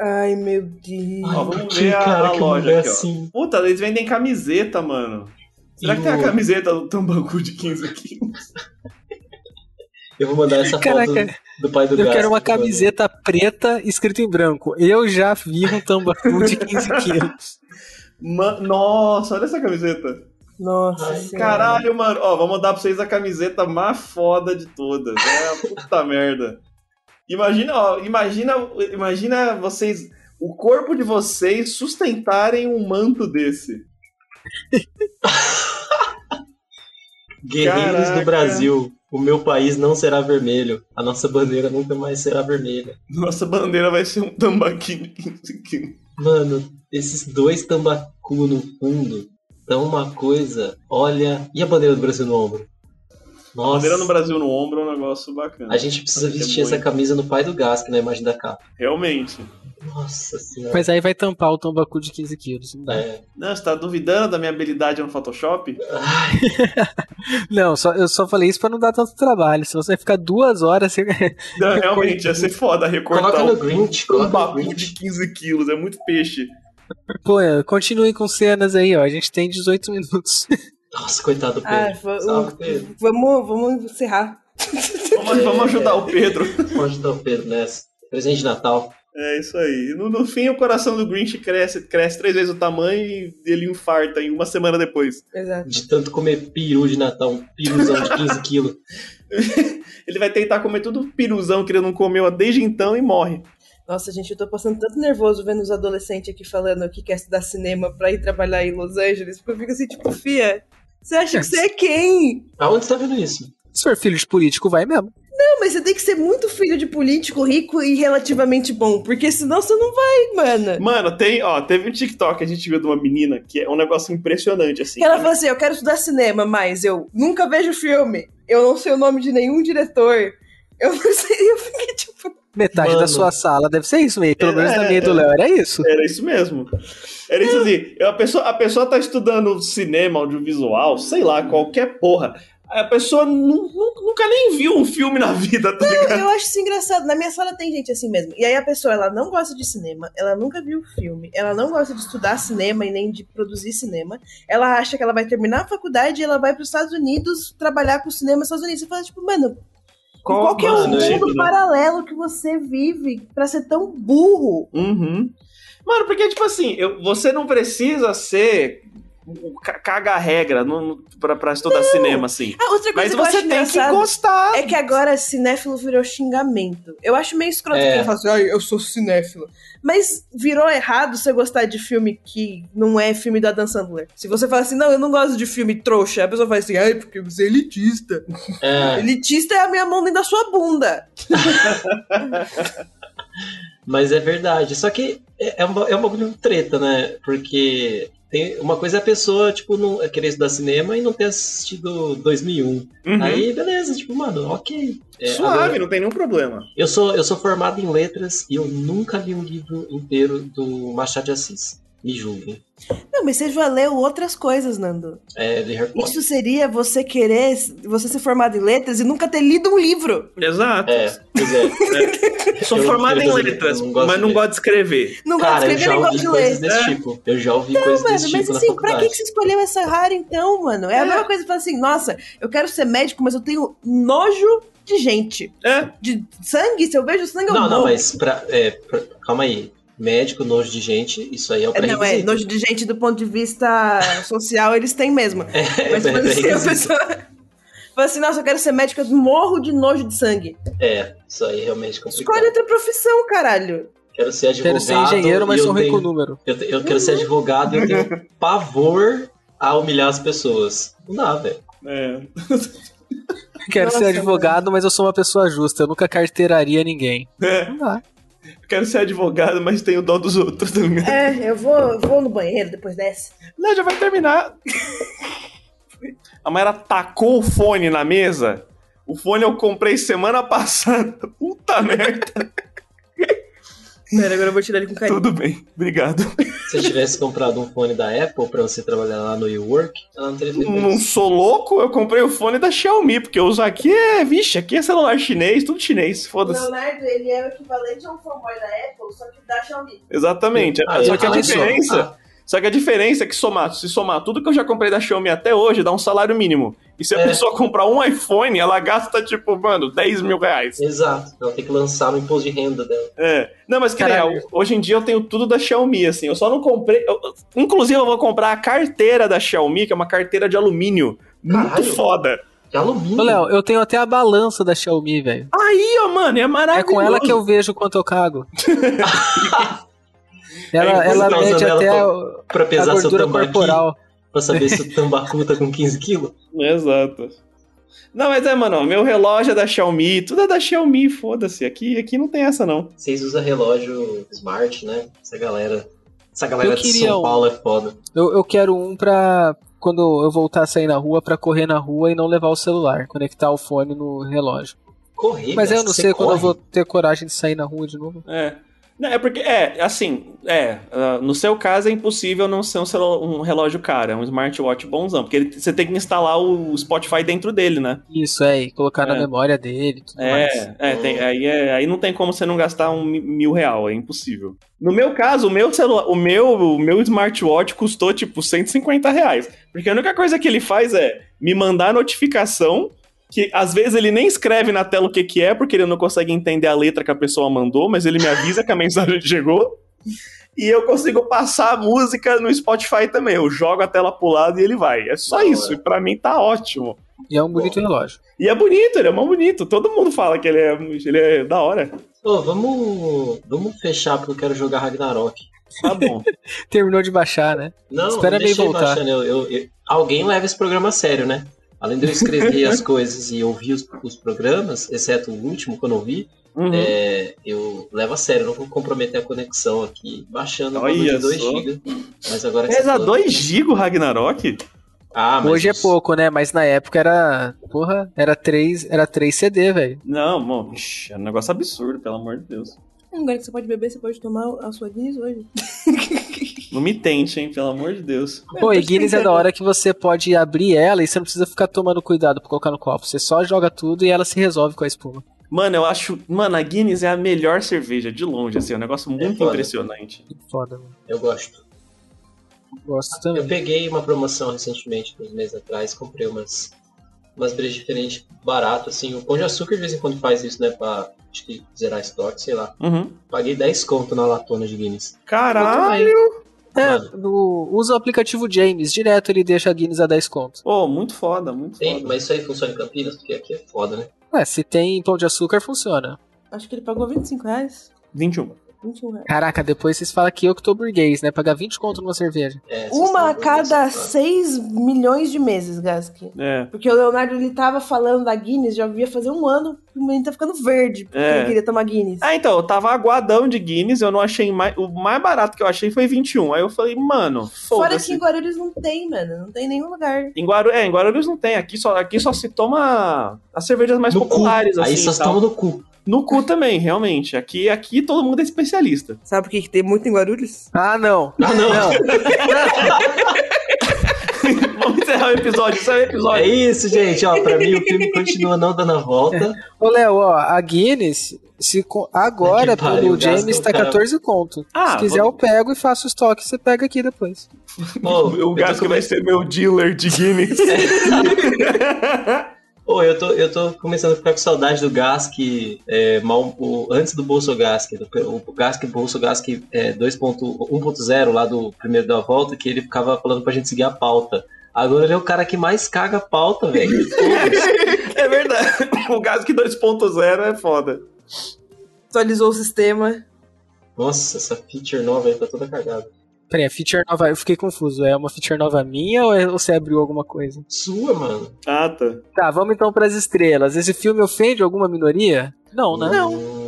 C: Ai, meu Deus.
D: Ai,
B: Ó, vamos
D: que
B: ver a-
D: cara
B: a
D: que
B: loja
D: mulher
B: aqui, ó.
D: assim.
B: Puta, eles vendem camiseta, mano. Será que tem a
D: Eu-
B: camiseta do Tambangu de 15 quilos?
D: Eu vou mandar essa foto
A: Caraca.
D: do pai do
A: Eu
D: Gaspar
A: quero uma
D: pra você.
A: camiseta preta escrito em branco. Eu já vi um tambacu de 15 quilos.
B: Ma- Nossa, olha essa camiseta.
C: Nossa
D: Ai,
C: senhora.
B: Caralho, mano. Ó, vou mandar pra vocês a camiseta mais foda de todas. É a puta merda. Imagina, ó, imagina, imagina vocês, o corpo de vocês sustentarem um manto desse.
D: Guerreiros
B: Caraca.
D: do Brasil, o meu país não será vermelho. A nossa bandeira nunca mais será vermelha.
B: Nossa bandeira vai ser um tambaquinho de 15 quilos.
D: Mano, esses dois tambacu no fundo dão uma coisa. Olha. E a bandeira do Brasil no ombro? Nossa.
B: Bandeira no Brasil no ombro é um negócio bacana.
D: A gente precisa
B: É
D: vestir essa
B: muito.
D: camisa no pai do Gask na imagem da capa.
B: Realmente.
D: Nossa senhora.
A: Mas aí vai tampar o tambacu de 15 quilos. Não, dá.
D: É.
B: Não, você tá duvidando da minha habilidade no Photoshop?
A: não só, eu só falei isso pra não dar tanto trabalho. Senão você vai ficar duas horas sem.
B: Não, realmente, ia ser foda recortar
D: Coloca no
B: um,
D: Grinch,
B: um
D: coloca no
B: babu
D: Grinch.
B: de 15 quilos, é muito peixe.
A: Pô, continue com cenas aí, ó. A gente tem 18 minutos.
D: Nossa, coitado do
C: Ah,
D: Pedro.
C: va-
D: Salve,
C: o-
D: Pedro.
C: vamos, vamos encerrar.
B: Vamos, vamos ajudar o Pedro.
D: Pode dar o Pedro nessa. Presente de Natal.
B: É isso aí. No, no fim, o coração do Grinch cresce, cresce três vezes o tamanho e ele infarta em uma semana depois.
C: Exato.
D: De tanto comer peru de Natal, um piruzão de 15 quilos.
B: Ele vai tentar comer tudo piruzão que ele não comeu desde então e morre.
C: Nossa, gente, eu tô passando tanto nervoso vendo os adolescentes aqui falando que quer estudar cinema pra ir trabalhar em Los Angeles, porque eu fico assim, tipo, Fia, você acha que você é quem?
D: Aonde você tá vendo isso?
A: Se for filho de político, vai mesmo.
C: Não, mas você tem que ser muito filho de político, rico e relativamente bom, porque senão você não vai, mana.
B: Mano, tem, ó, teve um TikTok que a gente viu de uma menina que é um negócio impressionante, assim.
C: E ela fala assim: eu quero estudar cinema, mas eu nunca vejo filme, eu não sei o nome de nenhum diretor, eu não sei. Eu fiquei tipo,
A: Metade
D: Mano.
A: da sua sala deve ser isso, meio. Pelo
B: É,
A: menos na minha
B: é.
A: do Léo era isso.
B: Era isso mesmo. Era isso assim. A pessoa, a pessoa tá estudando cinema, audiovisual, sei lá, qualquer porra. A pessoa nu- nu- nunca nem viu um filme na vida, tá ligado?
C: eu acho isso engraçado. Na minha sala tem gente assim mesmo. E aí a pessoa, ela não gosta de cinema, ela nunca viu filme, ela não gosta de estudar cinema e nem de produzir cinema. Ela acha que ela vai terminar a faculdade e ela vai pros Estados Unidos trabalhar com cinema nos Estados Unidos. Você fala, tipo, mano, qual, que é o
D: mano,
B: sentido,
C: mundo
B: né?
C: paralelo que você vive pra ser tão burro?
B: Uhum. Mano, porque, tipo assim, eu- você não precisa ser o ca- caga-regra no- pra, pra estudar cinema, assim.
C: Ah, outra
B: Mas
C: coisa que eu
B: você
C: acho
B: tem que
C: engraçado
B: gostar.
C: é que agora cinéfilo virou xingamento. Eu acho meio escroto
D: É.
C: quem fala assim, ai, eu sou cinéfilo. Mas virou errado você gostar de filme que não é filme do Adam Sandler. Se você fala assim, não, eu não gosto de filme trouxa, a pessoa fala assim, ai, porque você é elitista.
D: É,
C: Elitista é a minha mão dentro da sua bunda.
D: mas é verdade. Só que é, é um, ba- é um bagulho de treta, né? Porque tem uma coisa é a pessoa, tipo, não é querer estudar cinema e não ter assistido 2001.
B: Uhum.
D: Aí, beleza, tipo, mano, ok. É,
B: Suave,
D: agora,
B: não tem nenhum problema.
D: eu, sou, eu sou formado em letras e eu nunca li um livro inteiro do Machado de Assis. Me julguem.
C: Não, mas você já leu outras coisas, Nando.
D: É, de Harry Potter.
C: Isso seria você querer, você ser formado em letras e nunca ter lido um livro.
B: Exato.
D: É, pois é.
B: Sou
D: Eu não
B: formado em
D: quero ler,
B: letras,
D: eu não gosto
B: mas
D: de
B: não
D: ler.
B: gosto de escrever.
C: Não gosta
D: Cara,
C: de
D: eu já
C: escrever, nem gosta um de
D: ouvi
C: ler.
D: coisas desse tipo. Eu já ouvi coisas
C: Mano,
D: desse
C: mas
D: tipo na
C: assim, pra que,
D: faculdade.
C: que você escolheu essa rara então, mano? É, a
B: É.
C: mesma coisa que falar assim, nossa, eu quero ser médico, mas eu tenho nojo de gente.
B: É.
C: De sangue, se eu vejo sangue, eu
D: Não, não,
C: morro.
D: mas pra, é, pra- calma aí. Médico, nojo de gente, isso aí é o
C: É, Não, é,
D: pré-requisito.
C: nojo de gente do ponto de vista social, eles têm mesmo.
D: É,
C: Mas, tipo assim, a
D: pré-requisito.
C: pessoa... Fala assim, nossa, eu quero ser médico, eu morro de nojo de sangue.
D: É, isso aí realmente é complicado.
C: Escolhe outra profissão, caralho.
D: Quero ser advogado.
A: Quero ser engenheiro, mas
D: e eu
A: sou ruim
D: tenho-
A: com número.
D: Eu, te- eu quero ser advogado e eu tenho pavor a humilhar as pessoas. Não dá, velho.
B: É.
A: Quero
C: Nossa,
A: ser advogado, mas eu sou uma pessoa justa. Eu nunca carteiraria ninguém.
B: É.
A: Não dá.
B: Eu quero ser advogado, mas tenho dó dos outros. Tá ligado?
C: É, eu vou, eu vou no banheiro depois dessa.
B: Não, já vai terminar. A Mayra tacou o fone na mesa. O fone eu comprei semana passada. Puta merda.
C: Pera, agora eu vou tirar ele com carinho.
B: Tudo bem, obrigado.
D: Se eu tivesse comprado um fone da Apple pra você trabalhar lá no Work, ela não teria feito
A: Hum,
B: Não
D: isso.
B: Um, sou louco, eu comprei o fone da Xiaomi, porque eu uso aqui é. Vixe, aqui é celular chinês, tudo chinês,
C: O
B: foda-se.
C: Leonardo, ele é o equivalente a um fanboy da Apple, só que da Xiaomi.
B: Exatamente.
D: Ah,
B: só
D: eu
B: que a
D: falei só.
B: diferença.
D: Ah,
B: Só que a diferença é que somar, se somar tudo que eu já comprei da Xiaomi até hoje, dá um salário mínimo. E se a
D: É.
B: pessoa comprar um iPhone, ela gasta, tipo, mano, 10 mil reais.
A: É.
D: exato. Ela tem que lançar o imposto de renda dela.
B: É. Não, mas que nem,
A: Caralho.
B: eu- hoje em dia eu tenho tudo da Xiaomi, assim. Eu só não comprei. eu- eu- inclusive, eu vou comprar a carteira da Xiaomi, que é uma carteira de alumínio. Muito
D: Caralho.
B: foda.
D: De é alumínio.
A: Ô, Léo, eu tenho até a balança da Xiaomi, velho.
B: Aí, ó, mano, é
A: É
B: maravilhoso.
A: com ela que eu vejo quanto eu cago. ela
D: É,
A: ela
D: você tá
A: mede
D: usando
A: até
D: ela
A: a,
D: pra
A: a
D: pesar seu
A: gordura
D: tambaqui.
A: corporal.
D: Pra saber se o tambacu tá com 15 quilos.
B: Exato. Não, mas é, mano, ó, meu relógio é da Xiaomi, tudo é da Xiaomi, foda-se. Aqui, aqui não tem essa, não.
D: Vocês usam relógio smart, né? Essa galera. Essa galera
A: Eu
D: de
A: queria
D: São
A: um.
D: Paulo é foda.
A: Eu, eu quero um pra quando eu voltar a sair na rua, pra correr na rua e não levar o celular, conectar o fone no relógio.
D: Correr.
A: Mas
D: velho,
A: eu não
D: você
A: sei quando eu
D: corre.
A: vou ter coragem de sair na rua de novo.
B: É. Não, é porque, é, assim, é. ah, no seu caso é impossível não ser um, celu- um relógio cara, um smartwatch bonzão, porque ele- você tem que instalar o Spotify dentro dele, né?
A: Isso é, e colocar na
B: É.
A: memória dele e tudo
B: É,
A: mais.
B: é, tem- aí, é- aí não tem como você não gastar um mi- mil real, é impossível. No meu caso, o meu celular, o meu, o meu smartwatch custou tipo 150 reais. Porque a única coisa que ele faz é me mandar notificação, que às vezes ele nem escreve na tela o que, que é, porque ele não consegue entender a letra que a pessoa mandou, mas ele me avisa que a mensagem chegou. E eu consigo passar a música no Spotify também. Eu jogo a tela pro lado e ele vai. É só
D: Da hora.
B: isso. E pra mim tá ótimo.
A: E é um bonito relógio.
B: E é bonito, ele é mó bonito. Todo mundo fala que ele é, ele é da hora.
D: Ô, vamos. Vamos fechar porque eu quero jogar Ragnarok.
B: Tá bom.
A: Terminou de baixar, né?
D: Não,
A: Espera bem
D: deixa eu ir
A: voltar.
D: baixando, eu- eu- eu- alguém leva esse programa a sério, né? Além de eu escrever as coisas e ouvir os, os programas, exceto o último que eu não vi,
A: Hum?
B: Uhum.
D: é, eu levo a sério, não vou comprometer a conexão aqui, baixando o
B: Olha
D: valor de 2
B: só.
D: GB. Mas agora que você
B: Pesa
D: falou-
B: 2 GB o Ragnarok?
D: Ah, mas
A: Hoje é
D: os-
A: pouco, né? Mas na época era. Porra, era 3, era 3 CD, velho.
B: Não, mano. ixi, É um negócio absurdo, pelo amor de Deus.
C: É um lugar que você pode beber, você pode tomar a sua Guinness hoje.
B: Não me tente, hein? Pelo amor de Deus.
A: Pô, e Guinness é da hora que você pode abrir ela e você não precisa ficar tomando cuidado pra colocar no copo. Você só joga tudo e ela se resolve com a espuma.
B: Mano, eu acho. Mano, a Guinness é a melhor cerveja, de longe, assim. É um negócio muito
D: foda.
B: impressionante.
A: Foda, mano.
D: Eu gosto.
A: Gosto
D: Eu
A: também.
D: peguei uma promoção recentemente, uns meses atrás, comprei umas, umas brejas diferentes, barato, assim. O Pão de Açúcar de vez em quando faz isso, né? Pra acho que zerar estoque, sei lá.
B: Uhum.
D: Paguei 10 conto na latona de Guinness.
B: Caralho!
A: É,
D: Mano.
A: no- usa o aplicativo James, direto ele deixa a Guinness a 10 conto.
B: Pô, muito foda, muito
D: Tem,
B: foda.
D: mas isso aí funciona em Campinas, porque aqui é foda, né?
A: Ué, se tem pão de açúcar, funciona.
C: Acho que ele pagou 25 reais.
B: 21.
C: 21 reais.
A: Caraca, depois vocês falam que eu que tô burguês, né? Pagar 20 conto numa cerveja.
D: É, vocês estão
C: Uma a
D: doidos,
C: cada
D: claro.
C: 6 milhões de meses, Gaski.
B: É.
C: Porque o Leonardo, ele tava falando da Guinness, já havia fazer um ano, que o menino tá ficando verde, porque
B: É.
C: ele queria tomar Guinness.
B: Ah, então, eu tava aguadão de Guinness, eu não achei mais. O mais barato que eu achei foi 21. Aí eu falei, mano,
C: Fora
B: foda-se.
C: que em Guarulhos não tem, mano, não tem em nenhum lugar.
B: Em, Guaru... é, em Guarulhos não tem. Aqui só, aqui só se toma as cervejas mais
D: No cu.
B: populares. Assim,
D: Aí só
B: e
D: se
B: tal.
D: toma no cu.
B: No cu também, realmente. Aqui, aqui todo mundo é especialista.
C: Sabe por que, que tem muito em Guarulhos?
A: Ah, não.
D: Ah, não.
B: Vamos encerrar o episódio. Isso é o
D: É
B: episódio.
D: isso, gente. Ó, pra mim o filme continua não dando a volta.
A: Ô, Léo, ó, a Guinness, se co- agora
D: Que pariu,
A: pelo
D: gasta
A: James
D: o
A: tá
D: cara.
A: 14 conto.
B: Ah,
A: se quiser, eu pego e faço o estoque, você pega aqui depois.
D: Ô,
B: O
D: eu tô
B: gato que vai
D: come-
B: ser meu dealer de Guinness.
D: Ô, eu tô, eu tô começando a ficar com saudade do gás que é, mal, o- antes do Bolso Gás, que, o gás que Bolso Gás que é 2.1, 1.0 lá do primeiro da volta, que ele ficava falando pra gente seguir a pauta. Agora ele é o cara que mais caga a pauta, velho.
B: é verdade. O Gask 2.0 é foda.
C: Atualizou o sistema.
D: Nossa, essa feature nova aí tá toda cagada.
A: Peraí, a feature nova, eu fiquei confuso. É uma feature nova minha ou é- ou você abriu alguma coisa?
D: Sua, mano.
B: Ah, tá.
A: Tá, vamos então pras né? estrelas. Esse filme ofende alguma minoria? Não, né?
D: Não.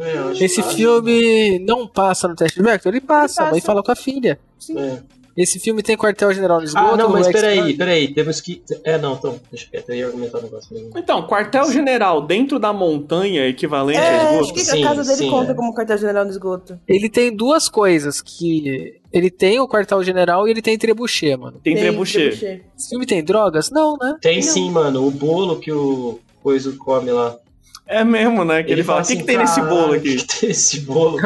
D: É, eu acho
A: Esse
D: que-
A: filme não passa no teste de Bechdel? Ele passa, a mãe
C: passa.
A: fala com a filha.
D: É.
A: Esse filme tem quartel-general no esgoto.
D: Ah, não, mas
A: o Rex-
D: peraí, peraí, temos que. É, não, então, deixa quieto, eu ia argumentar um negócio mesmo.
B: Então, quartel-general dentro da montanha equivalente a
C: É,
B: esgoto.
C: acho que
D: Sim,
C: a casa dele
D: sim,
C: conta
D: é.
C: como quartel-general no esgoto.
A: Ele tem duas coisas que... Ele tem o quartel-general e ele tem trebuchet, mano.
B: Tem, trebuchet.
A: Esse filme tem drogas? Não, né?
D: Tem
C: Não.
D: sim, mano, o bolo que o Coiso come lá.
B: É mesmo, né? Que ele, fala, o que,
D: assim,
B: que tem nesse
D: "Caralho,
B: bolo
D: O
B: aqui?
D: que que tem nesse bolo?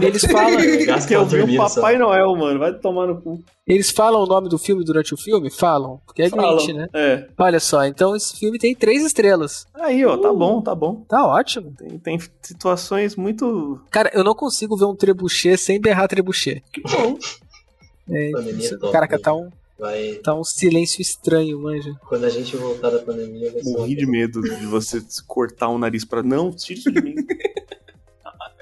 A: Eles falam,
D: Gasto
B: que eu vi o
D: dormindo, sabe?
B: Papai Noel, mano. Vai tomar no cu.
A: eles falam o nome do filme durante o filme? Falam. Porque é
B: Falam.
A: Grinch, né?
B: É.
A: Olha só, então esse filme tem três estrelas.
B: Aí, ó, tá bom, tá bom.
A: Tá ótimo.
B: Tem, tem situações muito.
A: Cara, eu não consigo ver um trebuchet sem berrar trebuchet.
B: Que bom.
A: É,
D: Pandemia
A: isso-
D: é top,
A: caraca,
D: né?
A: tá um,
D: Vai,
A: tá um silêncio estranho, manja.
D: quando a gente voltar da pandemia, vai ser. um
B: Morri de medo de você se cortar o nariz pra. Não, tira isso de mim.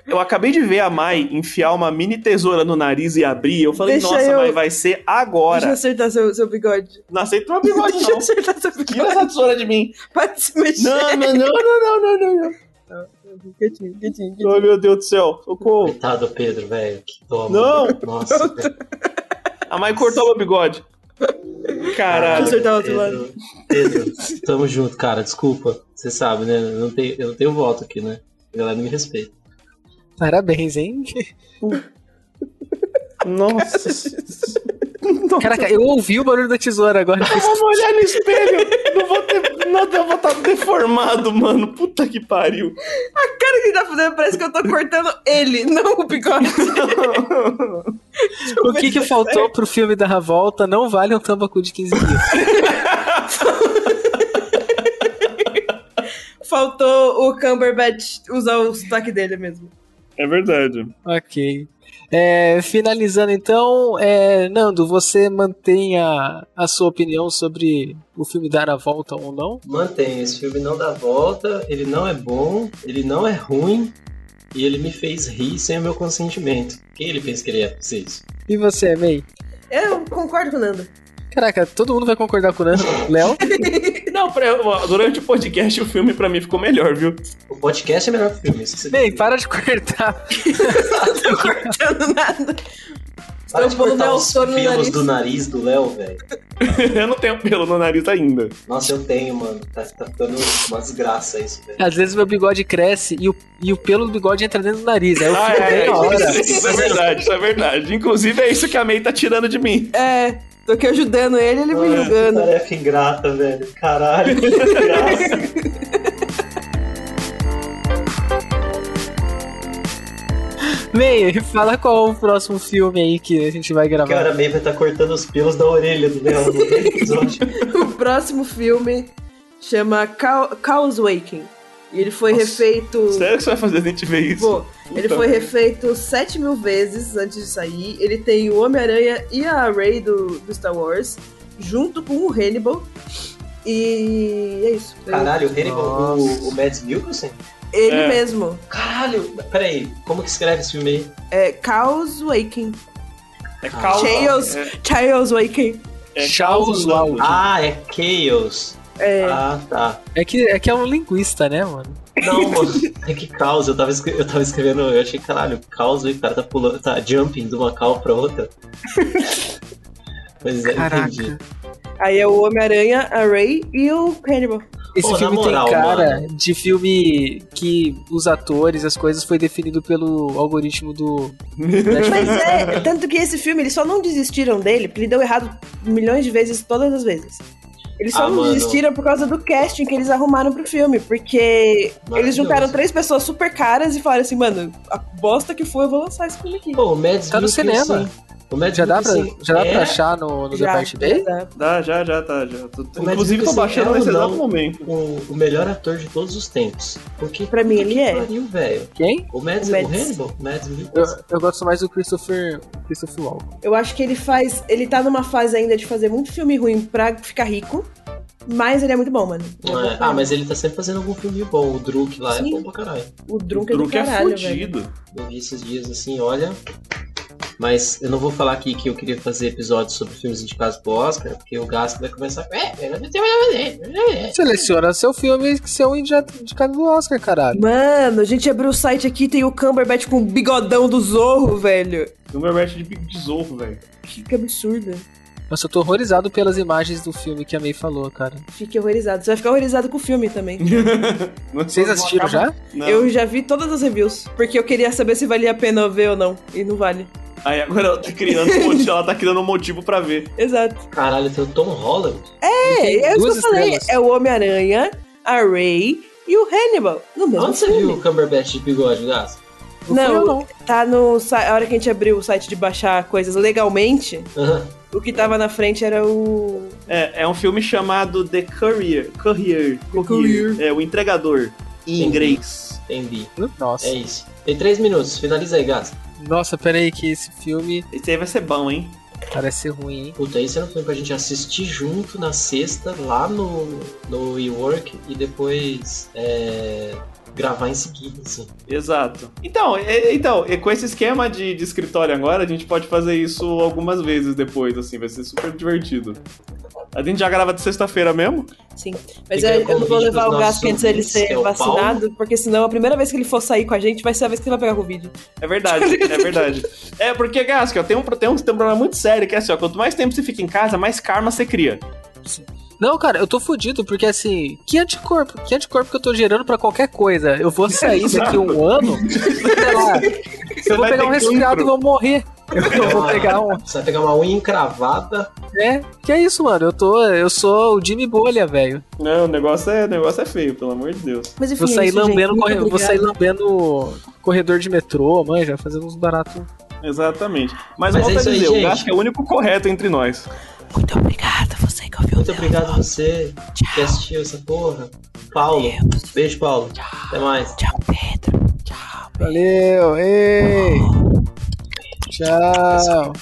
B: Eu acabei de ver a Mai enfiar uma mini tesoura no nariz e abrir. Eu falei,
C: Deixa
B: nossa,
C: eu-
B: Mai, vai ser
C: Deixa eu
B: agora.
C: acertar seu, seu bigode.
B: Não aceito meu bigode,
C: Deixa eu
B: não.
C: acertar seu
B: Tira
C: bigode.
B: essa tesoura de mim.
C: Para de se mexer.
B: Não, não, não, não, não, não, não, não.
C: Quietinho, quietinho, quietinho.
B: Oh, meu Deus do céu. Socorro.
D: Coitado do Pedro, velho. Que dó,
B: Não!
D: mano. Nossa, velho.
B: A Mai cortou meu bigode.
C: Deixa eu
B: Caralho.
C: acertar o outro lado.
D: Pedro, Pedro, tamo junto, cara. Desculpa. Você sabe, né? Eu não tenho, eu não tenho voto aqui, né? A galera não me respeita.
A: Parabéns, hein?
B: Nossa. Nossa.
A: Caraca, eu ouvi o barulho da tesoura agora.
B: Vamos olhar no espelho. Não vou ter. Não, eu vou estar deformado, mano. Puta que pariu.
C: cara que ele tá fazendo parece que eu tô cortando ele, não o bigode.
A: O que que faltou pro filme da Ravolta não vale um tambacu de 15 dias.
C: Faltou o Cumberbatch usar o sotaque dele mesmo.
B: É verdade.
A: ok. É, finalizando então, é, Nando, você mantém a, a sua opinião sobre o filme dar a volta ou não?
D: Mantém, esse filme não dá volta, ele não é bom, ele não é ruim. E ele me fez rir sem o meu consentimento. Quem ele pensa que ele é? Vocês.
A: E você, May?
C: Eu concordo com o Nando.
A: Caraca, todo mundo vai concordar com o Nando. Léo?
B: Não, pra, ó, durante o podcast o filme pra mim ficou melhor, viu?
D: O podcast é melhor que o filme. Isso que você
A: Bem,
D: tem.
A: para de cortar.
C: Não tô cortando nada.
D: Para
C: Estou
D: de
C: pondo
D: cortar
C: meu
D: os
C: sono no
D: pelos
C: nariz.
D: do nariz do Léo, velho.
B: Eu não tenho pelo no nariz ainda.
D: Nossa, eu tenho, mano. Tá, tá ficando uma desgraça isso, velho.
A: Às vezes meu bigode cresce e o, e o pelo do bigode entra dentro do nariz. Aí eu fico bem na hora.
B: isso, isso Ah, é verdade, isso é verdade. Inclusive é isso que a May tá tirando de mim.
C: É, tô aqui ajudando ele, ele me
D: Ah,
C: julgando.
D: que Tarefa ingrata, velho. Caralho, que desgraça.
A: Meio, fala qual o próximo filme aí que a gente vai gravar.
D: Cara, a May vai estar cortando os pelos da orelha do Léo no episódio.
C: O próximo filme chama Ca- Causewaking. E ele foi
B: Nossa,
C: refeito.
B: Sério que você vai fazer a gente ver isso?
C: Pô, ele foi refeito 7 mil vezes antes de sair. Ele tem o Homem-Aranha e a Rey do, do Star Wars, junto com o Hannibal. E é isso.
D: Caralho, o Hannibal,
A: Nossa.
D: o, o Mads Mikkelsen?
C: Ele
B: É.
C: mesmo.
D: Caralho, peraí, como que escreve esse filme aí?
C: É Chaos Waking.
B: É caos.
C: Chaos.
B: É,
C: Chaos Waking.
B: é
A: Charles
B: caos, mano.
D: Ah, é Chaos.
C: É.
D: Ah, tá.
A: É que, é que é um linguista, né, mano?
D: Não, mano, é que caos, eu tava, escre- eu tava escrevendo, eu achei, caralho, caos aí, o cara tá pulando, tá jumping de uma cal pra outra. Pois é,
A: Caraca.
D: entendi.
C: Aí é o Homem-Aranha, a Rey e o Hannibal.
A: Esse
D: Pô, na
A: filme
D: moral,
A: tem cara de filme que os atores, as coisas, foi definido pelo algoritmo do.
C: Mas é, tanto que esse filme, eles só não desistiram dele, porque ele deu errado milhões de vezes, todas as vezes. Eles só
D: Ah,
C: não
D: mano.
C: desistiram por causa do casting que eles arrumaram pro filme, porque eles
D: Maravilhoso.
C: juntaram três pessoas super caras e falaram assim, mano, a bosta que foi, eu vou lançar esse filme aqui.
D: Pô, o Mads
A: Tá no
D: Mikkelsen-
A: cinema.
D: O Mads
A: Já dá pra,
D: Mikkelsen
A: já dá pra
D: é-
A: achar no, no The
C: Já, tipo, é.
A: Parte B?
C: já.
B: Dá, já, já, tá, já. Tô- tô-
D: Mas
B: inclusive tô
D: você
B: baixando
D: é
B: nesse
D: ou não?
B: exato momento.
D: o, o melhor ator de todos os tempos. Porque
C: Pra mim,
D: puta
C: ele
D: que
C: é.
D: Pariu, velho.
A: Quem?
D: O Mads,
C: O
D: o,
C: Mads.
D: Hannibal, o Mads
A: Eu,
D: Mikkelsen.
A: eu gosto mais do Christopher, Christopher Walken.
C: Eu acho que ele faz, ele tá numa fase ainda de fazer muito filme ruim pra ficar rico, mas ele é muito bom, mano.
D: Não é? Ah, mas ele tá sempre fazendo algum filme bom. O Druk lá
C: Sim.
D: é bom pra caralho.
C: O Drunk é
B: o
C: do
B: truque é
C: caralho, velho.
B: fudido.
D: Eu vi esses dias assim, olha. Mas eu não vou falar aqui que eu queria fazer episódios sobre filmes indicados pro Oscar, porque o Gasto vai começar. É, eu não tenho nada É,
A: Seleciona seu filme que seu indicado do Oscar, caralho.
C: Mano, a gente abriu o site aqui tem o Cumberbatch com o bigodão do Zorro, velho.
B: Cumberbatch um de bico de zorro, velho.
C: Que absurdo.
A: Nossa, eu tô horrorizado pelas imagens do filme que a May falou, cara.
C: Fique horrorizado. Você vai ficar horrorizado com o filme também.
A: Vocês assistiram já?
B: Não.
C: Eu já vi todas as reviews, porque eu queria saber se valia a pena eu ver ou não. E não vale.
B: Aí agora ela tá criando um motivo, ela tá criando um motivo pra ver.
C: Exato.
D: Caralho, tem o Tom Holland.
C: É, é isso
A: duas
C: que eu falei.
A: estrelas.
C: É o Homem-Aranha, a Ray e o Hannibal. No mesmo
D: Onde você
C: um filme.
D: viu o Cumberbatch de bigode, Gasto?
A: fui
C: Não,
A: eu,
C: Tá no. si- A hora que a gente abriu o site de baixar coisas legalmente,
D: Aham.
C: o que tava na frente era o.
B: É, é um filme chamado The Courier. Courier. Courier. É, o entregador. Em
D: Entendi.
B: inglês.
D: Entendi.
A: Nossa.
D: É isso. Tem três minutos, finaliza aí, Gasto.
A: Nossa, pera aí que esse filme
B: Esse aí vai ser bom, hein?
A: parece ser ruim, hein?
D: Puta, esse era um filme pra gente assistir junto na sexta, lá no, no WeWork, e depois é, gravar em seguida, assim.
B: Exato. Então, é- então é com esse esquema de, de escritório agora, a gente pode fazer isso algumas vezes depois, assim, vai ser super divertido. A gente já grava de sexta-feira mesmo?
C: Sim. Mas é,
D: Fica
C: eu, eu
D: aí
C: não
D: o
C: vou
D: convite
C: levar o
D: pros
C: Gasco
D: nossos
C: antes dele
D: ouvintes, que
C: ser
D: é o
C: vacinado, porque senão a primeira vez que ele for sair com a gente vai ser a vez que ele vai pegar Covid.
B: É verdade, é verdade. É porque, Gasco, tem um, pro- tem, um, tem um problema muito sério, que é assim, ó, quanto mais tempo você fica em casa, mais karma você cria.
A: Não, cara, eu tô fudido, porque assim, que anticorpo? Que anticorpo que eu tô gerando pra qualquer coisa? Eu vou sair daqui um ano? Sei lá,
B: Você
A: eu vou
B: vai
A: pegar
B: ter
A: um resfriado e
B: cancro.
A: vou morrer. Eu vou pegar um.
D: Você vai pegar uma unha encravada.
A: É, que é isso, mano. Eu tô. Eu sou o Jimmy Bolha, velho.
B: Não, o negócio, é, o negócio é feio, pelo amor de Deus.
C: Mas enfim.
A: Vou
C: é
A: sair
C: isso, gente.
A: lambendo
C: Muito
A: corre- vou
C: obrigada.
A: sair lambendo corredor de metrô, manja, fazendo uns baratos.
B: Exatamente. Mas,
D: Mas
B: volta
D: é
B: a
D: isso aí,
B: dizer, o
D: gente.
B: Gasco é o único correto entre nós.
C: Muito obrigada, você que ouviu.
D: Muito obrigado a você que assistiu essa porra. Paulo, beijo, Paulo. Até mais.
C: Tchau, Pedro.
A: Valeu, ei! Tchau!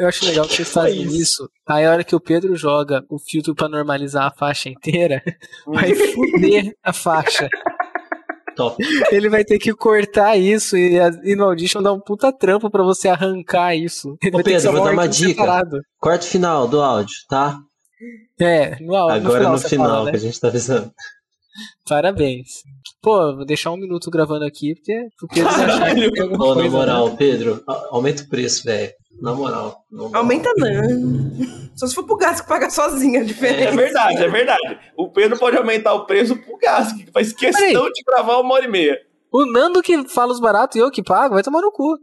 A: Eu acho legal que vocês fazem
D: Foi
A: isso.
D: isso.
A: Aí a hora que o Pedro joga o filtro pra normalizar a faixa inteira, vai fuder a faixa.
D: Top.
A: Ele vai ter que cortar isso e, a- e no Audition dá um puta trampo pra você arrancar isso. Ele vai ter que
D: Pedro,
A: ser um
D: vou dar uma
A: arquivo
D: dica.
A: separado.
D: Quarto final do áudio, tá?
A: É, no, au-
D: Agora no
A: você
D: final,
A: fala, né?
D: que a gente tá avisando.
A: Parabéns. Pô, vou deixar um minuto gravando aqui, porque o Pedro vai achar que tem alguma
D: Ô, na
A: coisa, né?
D: moral, Pedro, a- aumenta o preço, velho. Na moral. na moral.
C: Aumenta não. Só se for pro Gasco pagar sozinha a
B: É
C: diferença.
B: verdade, é verdade. O Pedro pode aumentar o preço pro Gasco, que faz questão de gravar uma hora e meia.
A: O Nando que fala os baratos e eu que pago, vai tomar no cu.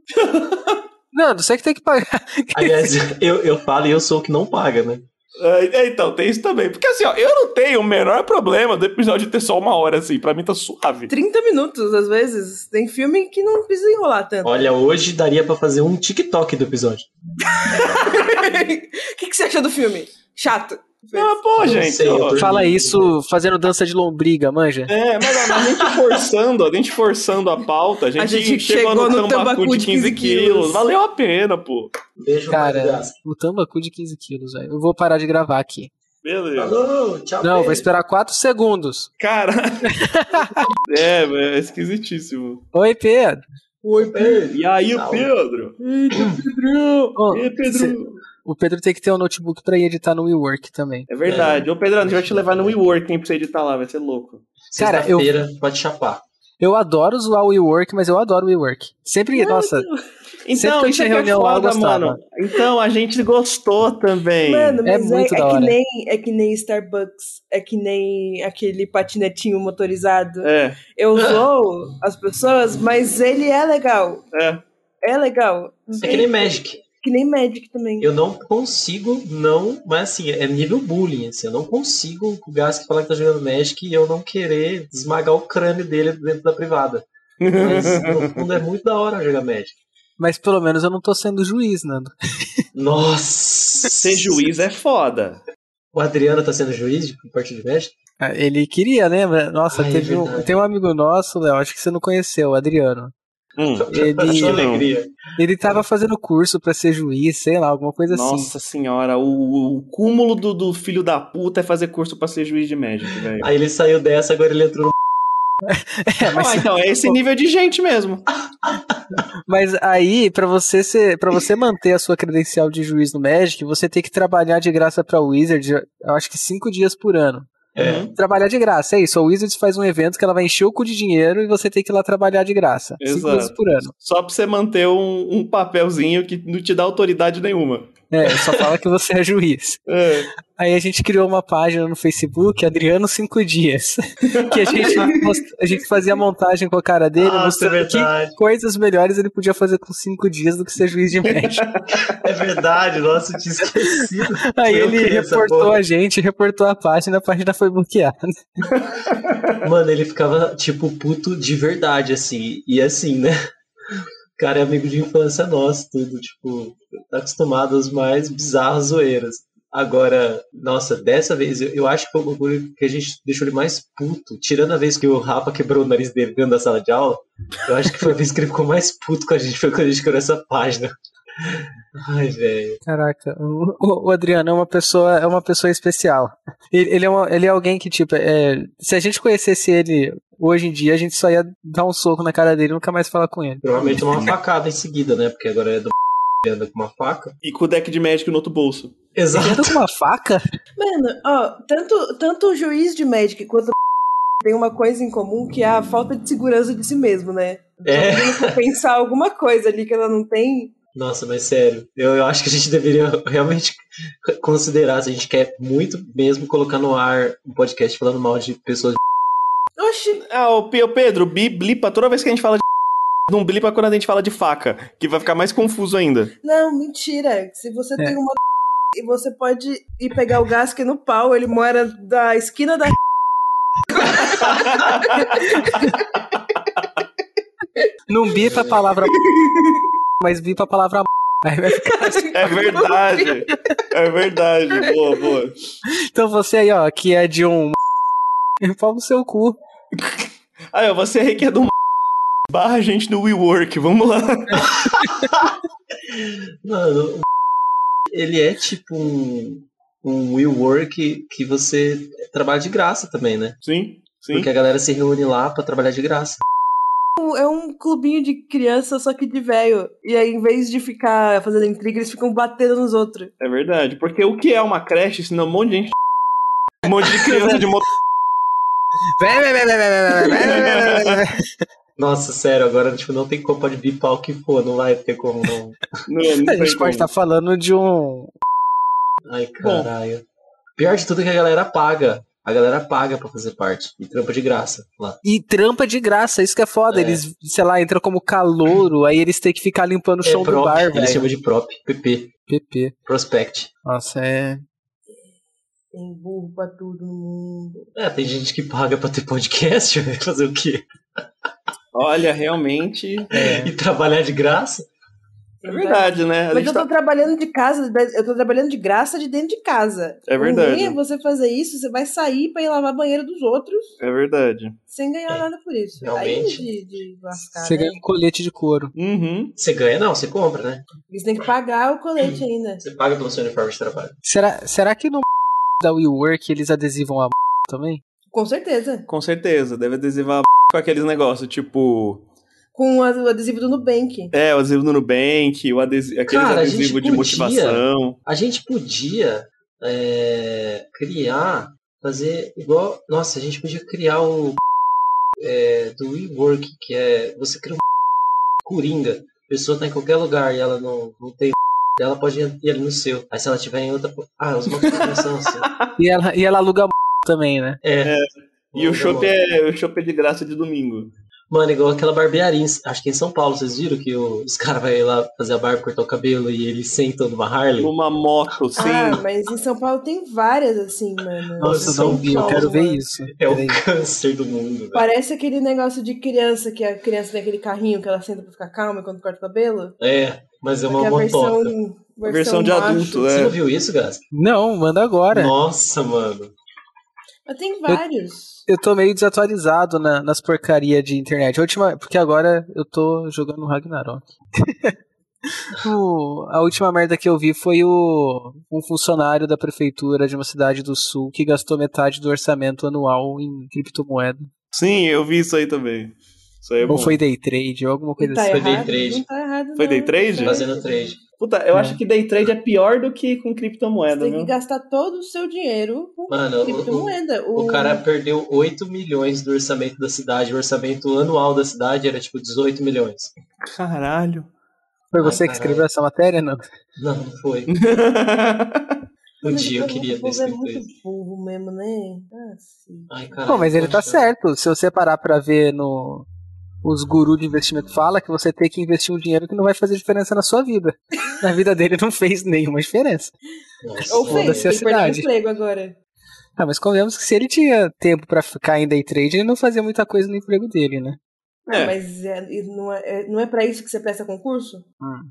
A: Nando, você que tem que pagar.
D: Aliás, eu, eu falo e eu sou o que não paga, né?
B: Ah, é, então, tem isso também. Porque assim, ó, eu não tenho o menor problema do episódio ter só uma hora, assim. Pra mim tá suave.
C: 30 minutos, às vezes. Tem filme que não precisa enrolar tanto.
D: Olha, hoje daria pra fazer um TikTok do episódio.
C: O que, que você achou do filme? Chato.
B: Ah, pô,
D: Não
B: gente.
D: sei,
B: ó.
D: eu tô-
A: Fala isso fazendo dança de lombriga, manja.
B: É, mas a gente forçando, a gente forçando a pauta, a gente,
C: A gente
B: chegou,
C: chegou
B: no,
C: no
B: tambacu, de 15 quilos.
C: quilos.
B: Valeu a pena, pô.
D: Beijo,
A: Cara,
D: Maria.
A: o tambacu de 15 quilos, velho. Eu vou parar de gravar aqui.
B: Beleza.
D: Falou, tchau.
A: Não, vou
D: beijo.
A: esperar 4 segundos.
B: Cara. é, é esquisitíssimo.
A: Oi, Pedro.
B: Oi, Pedro. E aí,
D: Tchau.
B: Pedro?
A: Ô,
B: Ei, Pedro.
A: cê- o Pedro tem que ter um notebook pra ir editar no WeWork também.
B: É verdade. Ô, Pedrão, a gente vai te levar no WeWork, hein, pra você editar lá, vai ser louco.
A: Cara, eu-
D: Sexta-feira, pode chapar.
A: Eu adoro zoar o WeWork, mas eu adoro o WeWork. Sempre, nossa, Sempre que
B: Então,
A: eu
B: isso
A: tinha
B: aqui é
A: reunião lá, eu
B: foda,
A: gostava.
B: mano. Então, a gente gostou também.
C: Mano,
A: É
C: mas é,
A: muito
C: é
A: da hora.
C: que nem, é que nem Starbucks, é que nem aquele patinetinho motorizado.
B: É,
C: Eu zoo as pessoas, mas ele é legal.
B: é.
C: É legal.
D: É que nem Magic.
C: Que nem Magic também.
D: Eu não consigo, não, mas assim, é nível bullying, assim, eu não consigo o Gask falar que tá jogando Magic e eu não querer esmagar o crânio dele dentro da privada. Mas no fundo é muito da hora jogar Magic.
A: mas pelo menos eu não tô sendo juiz, Nando.
D: Nossa!
B: Ser juiz é foda.
D: O Adriano tá sendo juiz de partida de Magic?
A: Ah, Ele queria, lembra? Nossa,
D: Ai,
A: teve
D: é
A: um,
D: verdade.
A: tem um amigo nosso, Léo, acho que você não conheceu, o Adriano.
B: Hum.
D: Que é
A: Ele,
D: alegria.
A: ele tava fazendo curso pra ser juiz, sei lá, alguma coisa assim.
B: Nossa senhora, o, o cúmulo do, do filho da puta é fazer curso pra ser juiz de Magic, velho.
D: Aí ele saiu dessa, agora ele entrou no.
A: É, mas,
B: Ah, então, é esse nível de gente mesmo.
A: mas aí, pra você ser, para você manter a sua credencial de juiz no Magic, você tem que trabalhar de graça pra Wizard, eu acho que cinco dias por ano.
D: É.
A: Trabalhar de graça, é isso. A Wizards faz um evento que ela vai encher o cu de dinheiro e você tem que ir lá trabalhar de graça. Cinco
B: Exato.
A: vezes por ano.
B: Só pra você manter um, um papelzinho que não te dá autoridade nenhuma.
A: É, só fala que você é juiz.
B: É.
A: Aí a gente criou uma página no Facebook, Adriano Cinco Dias, que a gente, most- a gente fazia montagem com a cara dele,
D: Nossa, é
A: mostrando que
D: verdade.
A: coisas melhores ele podia fazer com cinco dias do que ser juiz de médico.
D: É verdade, nossa, eu tinha esquecido.
A: Aí
D: Eu
A: ele
D: queria essa
A: reportou
D: porra.
A: a gente, reportou a página, a página foi bloqueada.
D: Mano, ele ficava, tipo, puto de verdade, assim. E assim, né? O cara é amigo de infância nosso, tudo. Tipo, tá acostumado às mais bizarras zoeiras. Agora, nossa, dessa vez eu, eu acho que foi o bagulho que a gente deixou ele mais puto. Tirando a vez que o Rafa quebrou o nariz dele dentro da sala de aula, eu acho que foi a vez que ele ficou mais puto com a gente. Foi quando a gente criou essa página. Ai, velho.
A: Caraca, o, o- o Adriano é uma pessoa, é uma pessoa especial. Ele, ele é uma- ele é alguém que, tipo, é, se a gente conhecesse ele hoje em dia, a gente só ia dar um soco na cara dele e nunca mais falar com ele.
D: Provavelmente tomou uma facada em seguida, né? Porque agora é do anda com uma faca.
B: E com o deck de Magic no outro bolso.
D: Exato.
A: Ele anda com uma faca?
C: Mano, ó, tanto, tanto o juiz de Magic quanto o tem uma coisa em comum que é a falta de segurança de si mesmo, né?
D: É.
C: Pensar alguma coisa ali que ela não tem.
D: Nossa, mas sério, eu, eu acho que a gente deveria realmente considerar se a gente quer muito mesmo colocar no ar um podcast falando mal de pessoas.
C: Oxi,
B: Ah, o Pedro, bi, blipa toda vez que a gente fala de. Não blipa quando a gente fala de faca, que vai ficar mais confuso ainda.
C: não, mentira. Se você
A: É.
C: tem uma e você pode ir pegar o gás que no pau, ele mora da esquina da
A: Não bipa a palavra mas bipa a palavra Aí vai ficar-
B: É verdade. É verdade. Boa, boa.
A: Então você aí, ó, que é de um pau no seu cu.
B: Aí, ó, Ah, você requer do barra a gente no WeWork, vamos lá.
D: Mano, o ele é tipo um, um will work que você trabalha de graça também, né?
B: Sim, sim.
D: Porque a galera se reúne lá pra trabalhar de graça.
C: é um clubinho de criança, só que de velho. E aí, em vez de ficar fazendo intriga, eles ficam batendo nos outros.
B: É verdade. Porque o que é uma creche, senão um monte de gente. Um monte de criança de moto.
D: Nossa, sério, agora tipo, não tem como pode bipar o que for, não vai ter como não.
B: Não, não
A: A
B: tem
A: gente
B: como.
A: pode tá- estar falando de um.
D: Ai, caralho. Pior de tudo é que a galera paga. A galera paga pra fazer parte. E trampa de graça lá.
A: E trampa de graça, isso que é foda.
D: É.
A: Eles, sei lá, entram como calouro, aí eles têm que ficar limpando o chão
D: é
A: do
D: prop,
A: bar,
D: eles
A: velho.
D: chamam de prop, PP,
A: PP.
D: prospect.
A: Nossa, é.
C: Tem burro pra tudo no mundo.
D: É, tem gente que paga pra ter podcast, vai fazer o quê?
B: Olha, realmente.
A: é.
D: E trabalhar de graça?
B: É verdade, né? A
C: Mas
B: gente
C: eu
B: tá-
C: tô trabalhando de casa, eu tô trabalhando de graça de dentro de casa.
B: É verdade.
C: O ruim é você fazer isso, você vai sair pra ir lavar banheiro dos outros
B: É verdade.
C: sem
B: É.
C: ganhar nada por isso.
D: Realmente.
C: Aí de, de lascar,
A: Você
C: né?
A: ganha um colete de couro.
B: Uhum.
D: Você ganha? Não, você compra, né?
C: Eles têm que pagar o colete ainda.
D: Você paga pelo seu uniforme de trabalho.
A: Será, será que no da WeWork eles adesivam a também?
C: Com certeza.
B: Com certeza. Deve adesivar a com aqueles negócios, tipo.
C: Com o adesivo do Nubank.
B: É, o adesivo do Nubank, o adesi- aqueles
D: Cara, a gente
B: adesivos de
D: podia.
B: motivação.
D: A gente podia é, criar, fazer igual. Nossa, a gente podia criar o é, do WeWork, que é você cria um coringa. A pessoa tá em qualquer lugar e ela não, não tem. Ela pode ir ali no seu. Aí se ela tiver em outra. Ah, os malucos são assim.
A: E ela, e ela aluga também, né?
D: É.
B: E o
D: Vamos dar uma-
B: chopp é, o chopp é de graça de domingo.
D: Mano, igual aquela barbearia, em- acho que é em São Paulo, vocês viram que o- os caras vão lá fazer a barba, cortar o cabelo e eles sentam numa Harley?
B: Numa moto, sim.
C: Ah, mas em São Paulo tem várias assim, mano.
D: Nossa,
A: Nossa, não vi, eu quero ver isso.
D: É o
A: Peraí.
D: câncer do mundo,
B: É.
D: né? velho.
C: Parece aquele negócio de criança, que a criança tem aquele carrinho que ela senta pra ficar calma quando corta o cabelo.
D: É, mas é
C: que é
D: uma
C: a versão,
D: motoca.
C: versão,
B: Versão de
C: macho.
B: adulto,
D: Você
B: é.
D: não viu isso, Gas?
A: Não, manda agora.
D: Nossa, mano.
C: Mas tem vários.
A: Eu tô meio desatualizado na- nas porcarias de internet. A última, porque agora eu tô jogando Ragnarok. O- a última merda que eu vi foi o, um funcionário da prefeitura de uma cidade do sul que gastou metade do orçamento anual em criptomoeda.
B: Sim, eu vi isso aí também. Isso aí é
A: ou
B: bom.
A: foi day trade, ou alguma coisa
C: Não tá
A: assim.
D: Foi day
C: errado,
D: trade.
C: Não tá errado,
B: Foi
C: não.
B: day trade?
D: Fazendo trade.
B: Puta, eu
A: É.
B: acho que day trade é pior do que com
C: Você
B: criptomoeda,
C: tem
B: viu?
C: que gastar todo o seu dinheiro com
D: Mano, o-
C: criptomoeda.
D: O cara perdeu 8 milhões do orçamento da cidade. O orçamento anual da cidade era tipo 18 milhões.
B: Caralho.
A: Foi
D: Ai,
A: você que
D: caralho.
A: escreveu essa matéria, não?
D: Não, não foi. Um
C: Mas
D: dia
C: o
D: eu
C: povo-
D: queria
C: O
D: ter
C: povo é
D: escrito isso.
C: muito burro mesmo, né? Ah, sim.
D: Ai, caralho.
A: Pô, mas ele tá
D: poxa.
A: certo. Se você parar pra ver no. Os gurus de investimento fala que você tem que investir um dinheiro que não vai fazer diferença na sua vida. Na vida dele não fez nenhuma diferença.
D: Nossa,
C: Ou
A: Foda-se
C: fez,
A: a
C: ele perdeu o
A: cidade.
C: emprego agora.
A: Ah, mas convenhamos que se ele tinha tempo pra ficar em day trade, ele não fazia muita coisa no emprego dele, né?
C: Ah,
B: É.
C: Mas é- e não, é, é- não é pra isso que você presta concurso?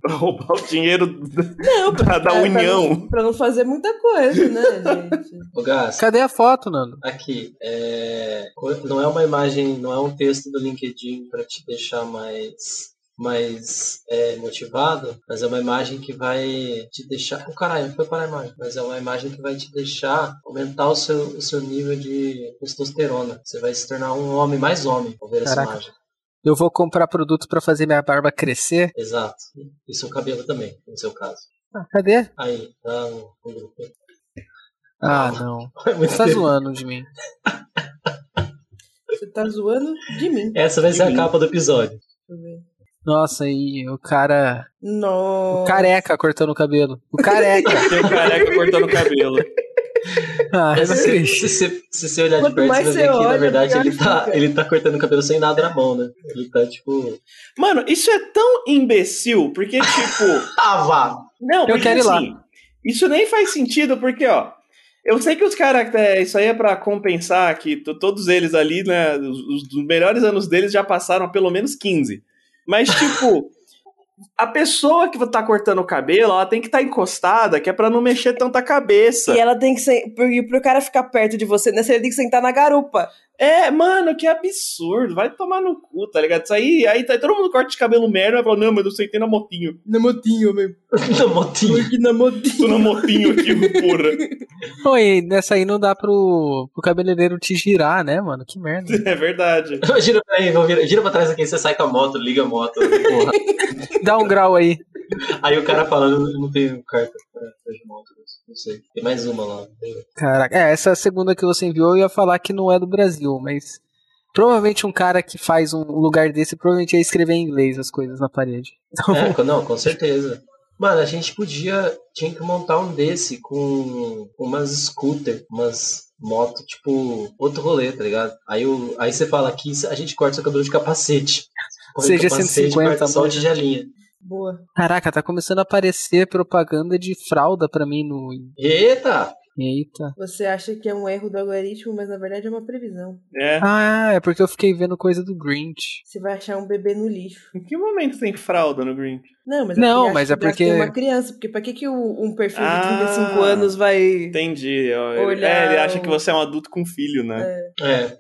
B: Pra É, roubar o dinheiro
C: Não,
B: da, da
C: pra- pra
B: União.
C: não- Pra não fazer muita coisa, né, gente?
D: Ô, Gás,
A: Cadê a foto, Nando?
D: Aqui, é, co- não é uma imagem, não é um texto do LinkedIn para te deixar mais, mais é, motivado, mas é uma imagem que vai te deixar. O caralho, foi para a imagem, mas é uma imagem que vai te deixar aumentar o seu, o seu nível de testosterona. Você vai se tornar um homem mais homem ao ver essa
A: Caraca.
D: imagem.
A: Eu vou comprar produto pra fazer minha barba crescer?
D: Exato. E seu cabelo também, no seu caso.
A: Ah, cadê?
D: Aí, tá no no grupo.
A: Ah, não.
D: É muito
A: Você tá
D: tempo.
A: zoando de mim.
C: Você tá zoando de mim.
D: Essa vai ser a capa do episódio.
C: Deixa eu
A: né?
C: ver.
A: Nossa, e o cara. O
C: Nossa.
A: careca cortando o cabelo. O careca.
B: Tem o careca cortando o cabelo.
A: ah, eu não
D: Se,
A: acredito.
D: se, se, se você olhar de
C: assim, Quanto
D: perto, você
C: mais
D: vai
C: você
D: ver que, na
C: olha,
D: verdade,
C: pior
D: ele tá,
C: fica.
D: ele tá cortando o cabelo sem nada na mão, né? Ele tá, tipo...
B: Mano, isso é tão imbecil, porque, tipo.
D: Ah, vá!
B: Não, porque
A: quero ir lá.
B: assim, Isso nem faz sentido, porque, ó. Eu sei que os caras. é, isso aí é pra compensar que to- todos eles ali, né? Os, os dos melhores anos deles já passaram a pelo menos 15. Mas, tipo. A pessoa que tá cortando o cabelo, ela tem que estar encostada, que é pra não mexer tanta cabeça.
C: E
A: é
C: ela tem que ser. Pro, e pro cara ficar perto de você, né? Você tem que sentar na garupa.
B: É, mano, que absurdo. Vai tomar no cu, tá ligado? Isso aí, aí tá- todo mundo corta de cabelo merda e fala, não, mas eu sentei na motinho.
C: Na motinho, meu.
D: No motinho.
C: Na motinho.
B: Tô na motinho aqui, porra.
A: Pô, e nessa aí não dá pro, pro cabeleireiro te girar, né, mano? Que merda.
B: É verdade.
D: Gira pra aí, vou virar- gira pra trás aqui, você sai com a moto, liga a moto, né? porra.
A: Dá um grau aí.
D: Aí o cara falando, não tem carta pra pra de moto, não sei. Tem mais uma lá.
A: Caraca, é, essa segunda que você enviou eu ia falar que não é do Brasil, mas provavelmente um cara que faz um lugar desse provavelmente ia escrever em inglês as coisas na parede.
D: É, co- não, com certeza. Mano, a gente podia, tinha que montar um desse com umas scooter, umas moto, tipo, outro rolê, tá ligado? Aí, o, aí você fala aqui, a gente corta seu cabelo de capacete. Corre
A: Seja
D: capacete,
A: 150,
D: corta só o
A: mano.
D: tigelinha.
C: Boa.
A: Caraca, tá começando a aparecer propaganda de fralda pra mim no.
D: Eita!
A: Eita.
C: Você acha que é um erro do algoritmo, mas na verdade é uma previsão.
B: É.
A: Ah, é porque eu fiquei vendo coisa do Grinch.
C: Você vai achar um bebê no lixo.
B: Em que momento tem fralda no Green?
C: Não, mas
A: Não,
C: acha
A: mas
C: que
A: é porque-
C: tem uma criança, porque pra que, que o- um perfil
B: Ah.
C: de 35 anos vai.
B: Entendi. ó, ele-
C: Olhar
B: é, ele acha
C: o-
B: que você é um adulto com filho, né?
D: É,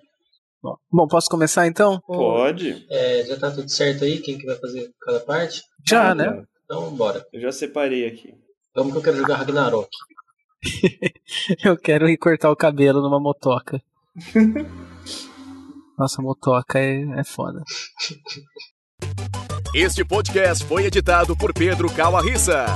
A: Bom, Bom, posso começar então?
B: Pode.
D: é, já tá tudo certo aí? Quem que vai fazer cada parte?
A: Já, né?
D: Então, bora.
B: Ah, tá. Eu já separei aqui.
D: Vamos que eu quero jogar Ragnarok.
A: Eu quero ir cortar o cabelo numa motoca. Nossa, motoca é, é foda.
E: Este podcast foi editado por Pedro Calarissa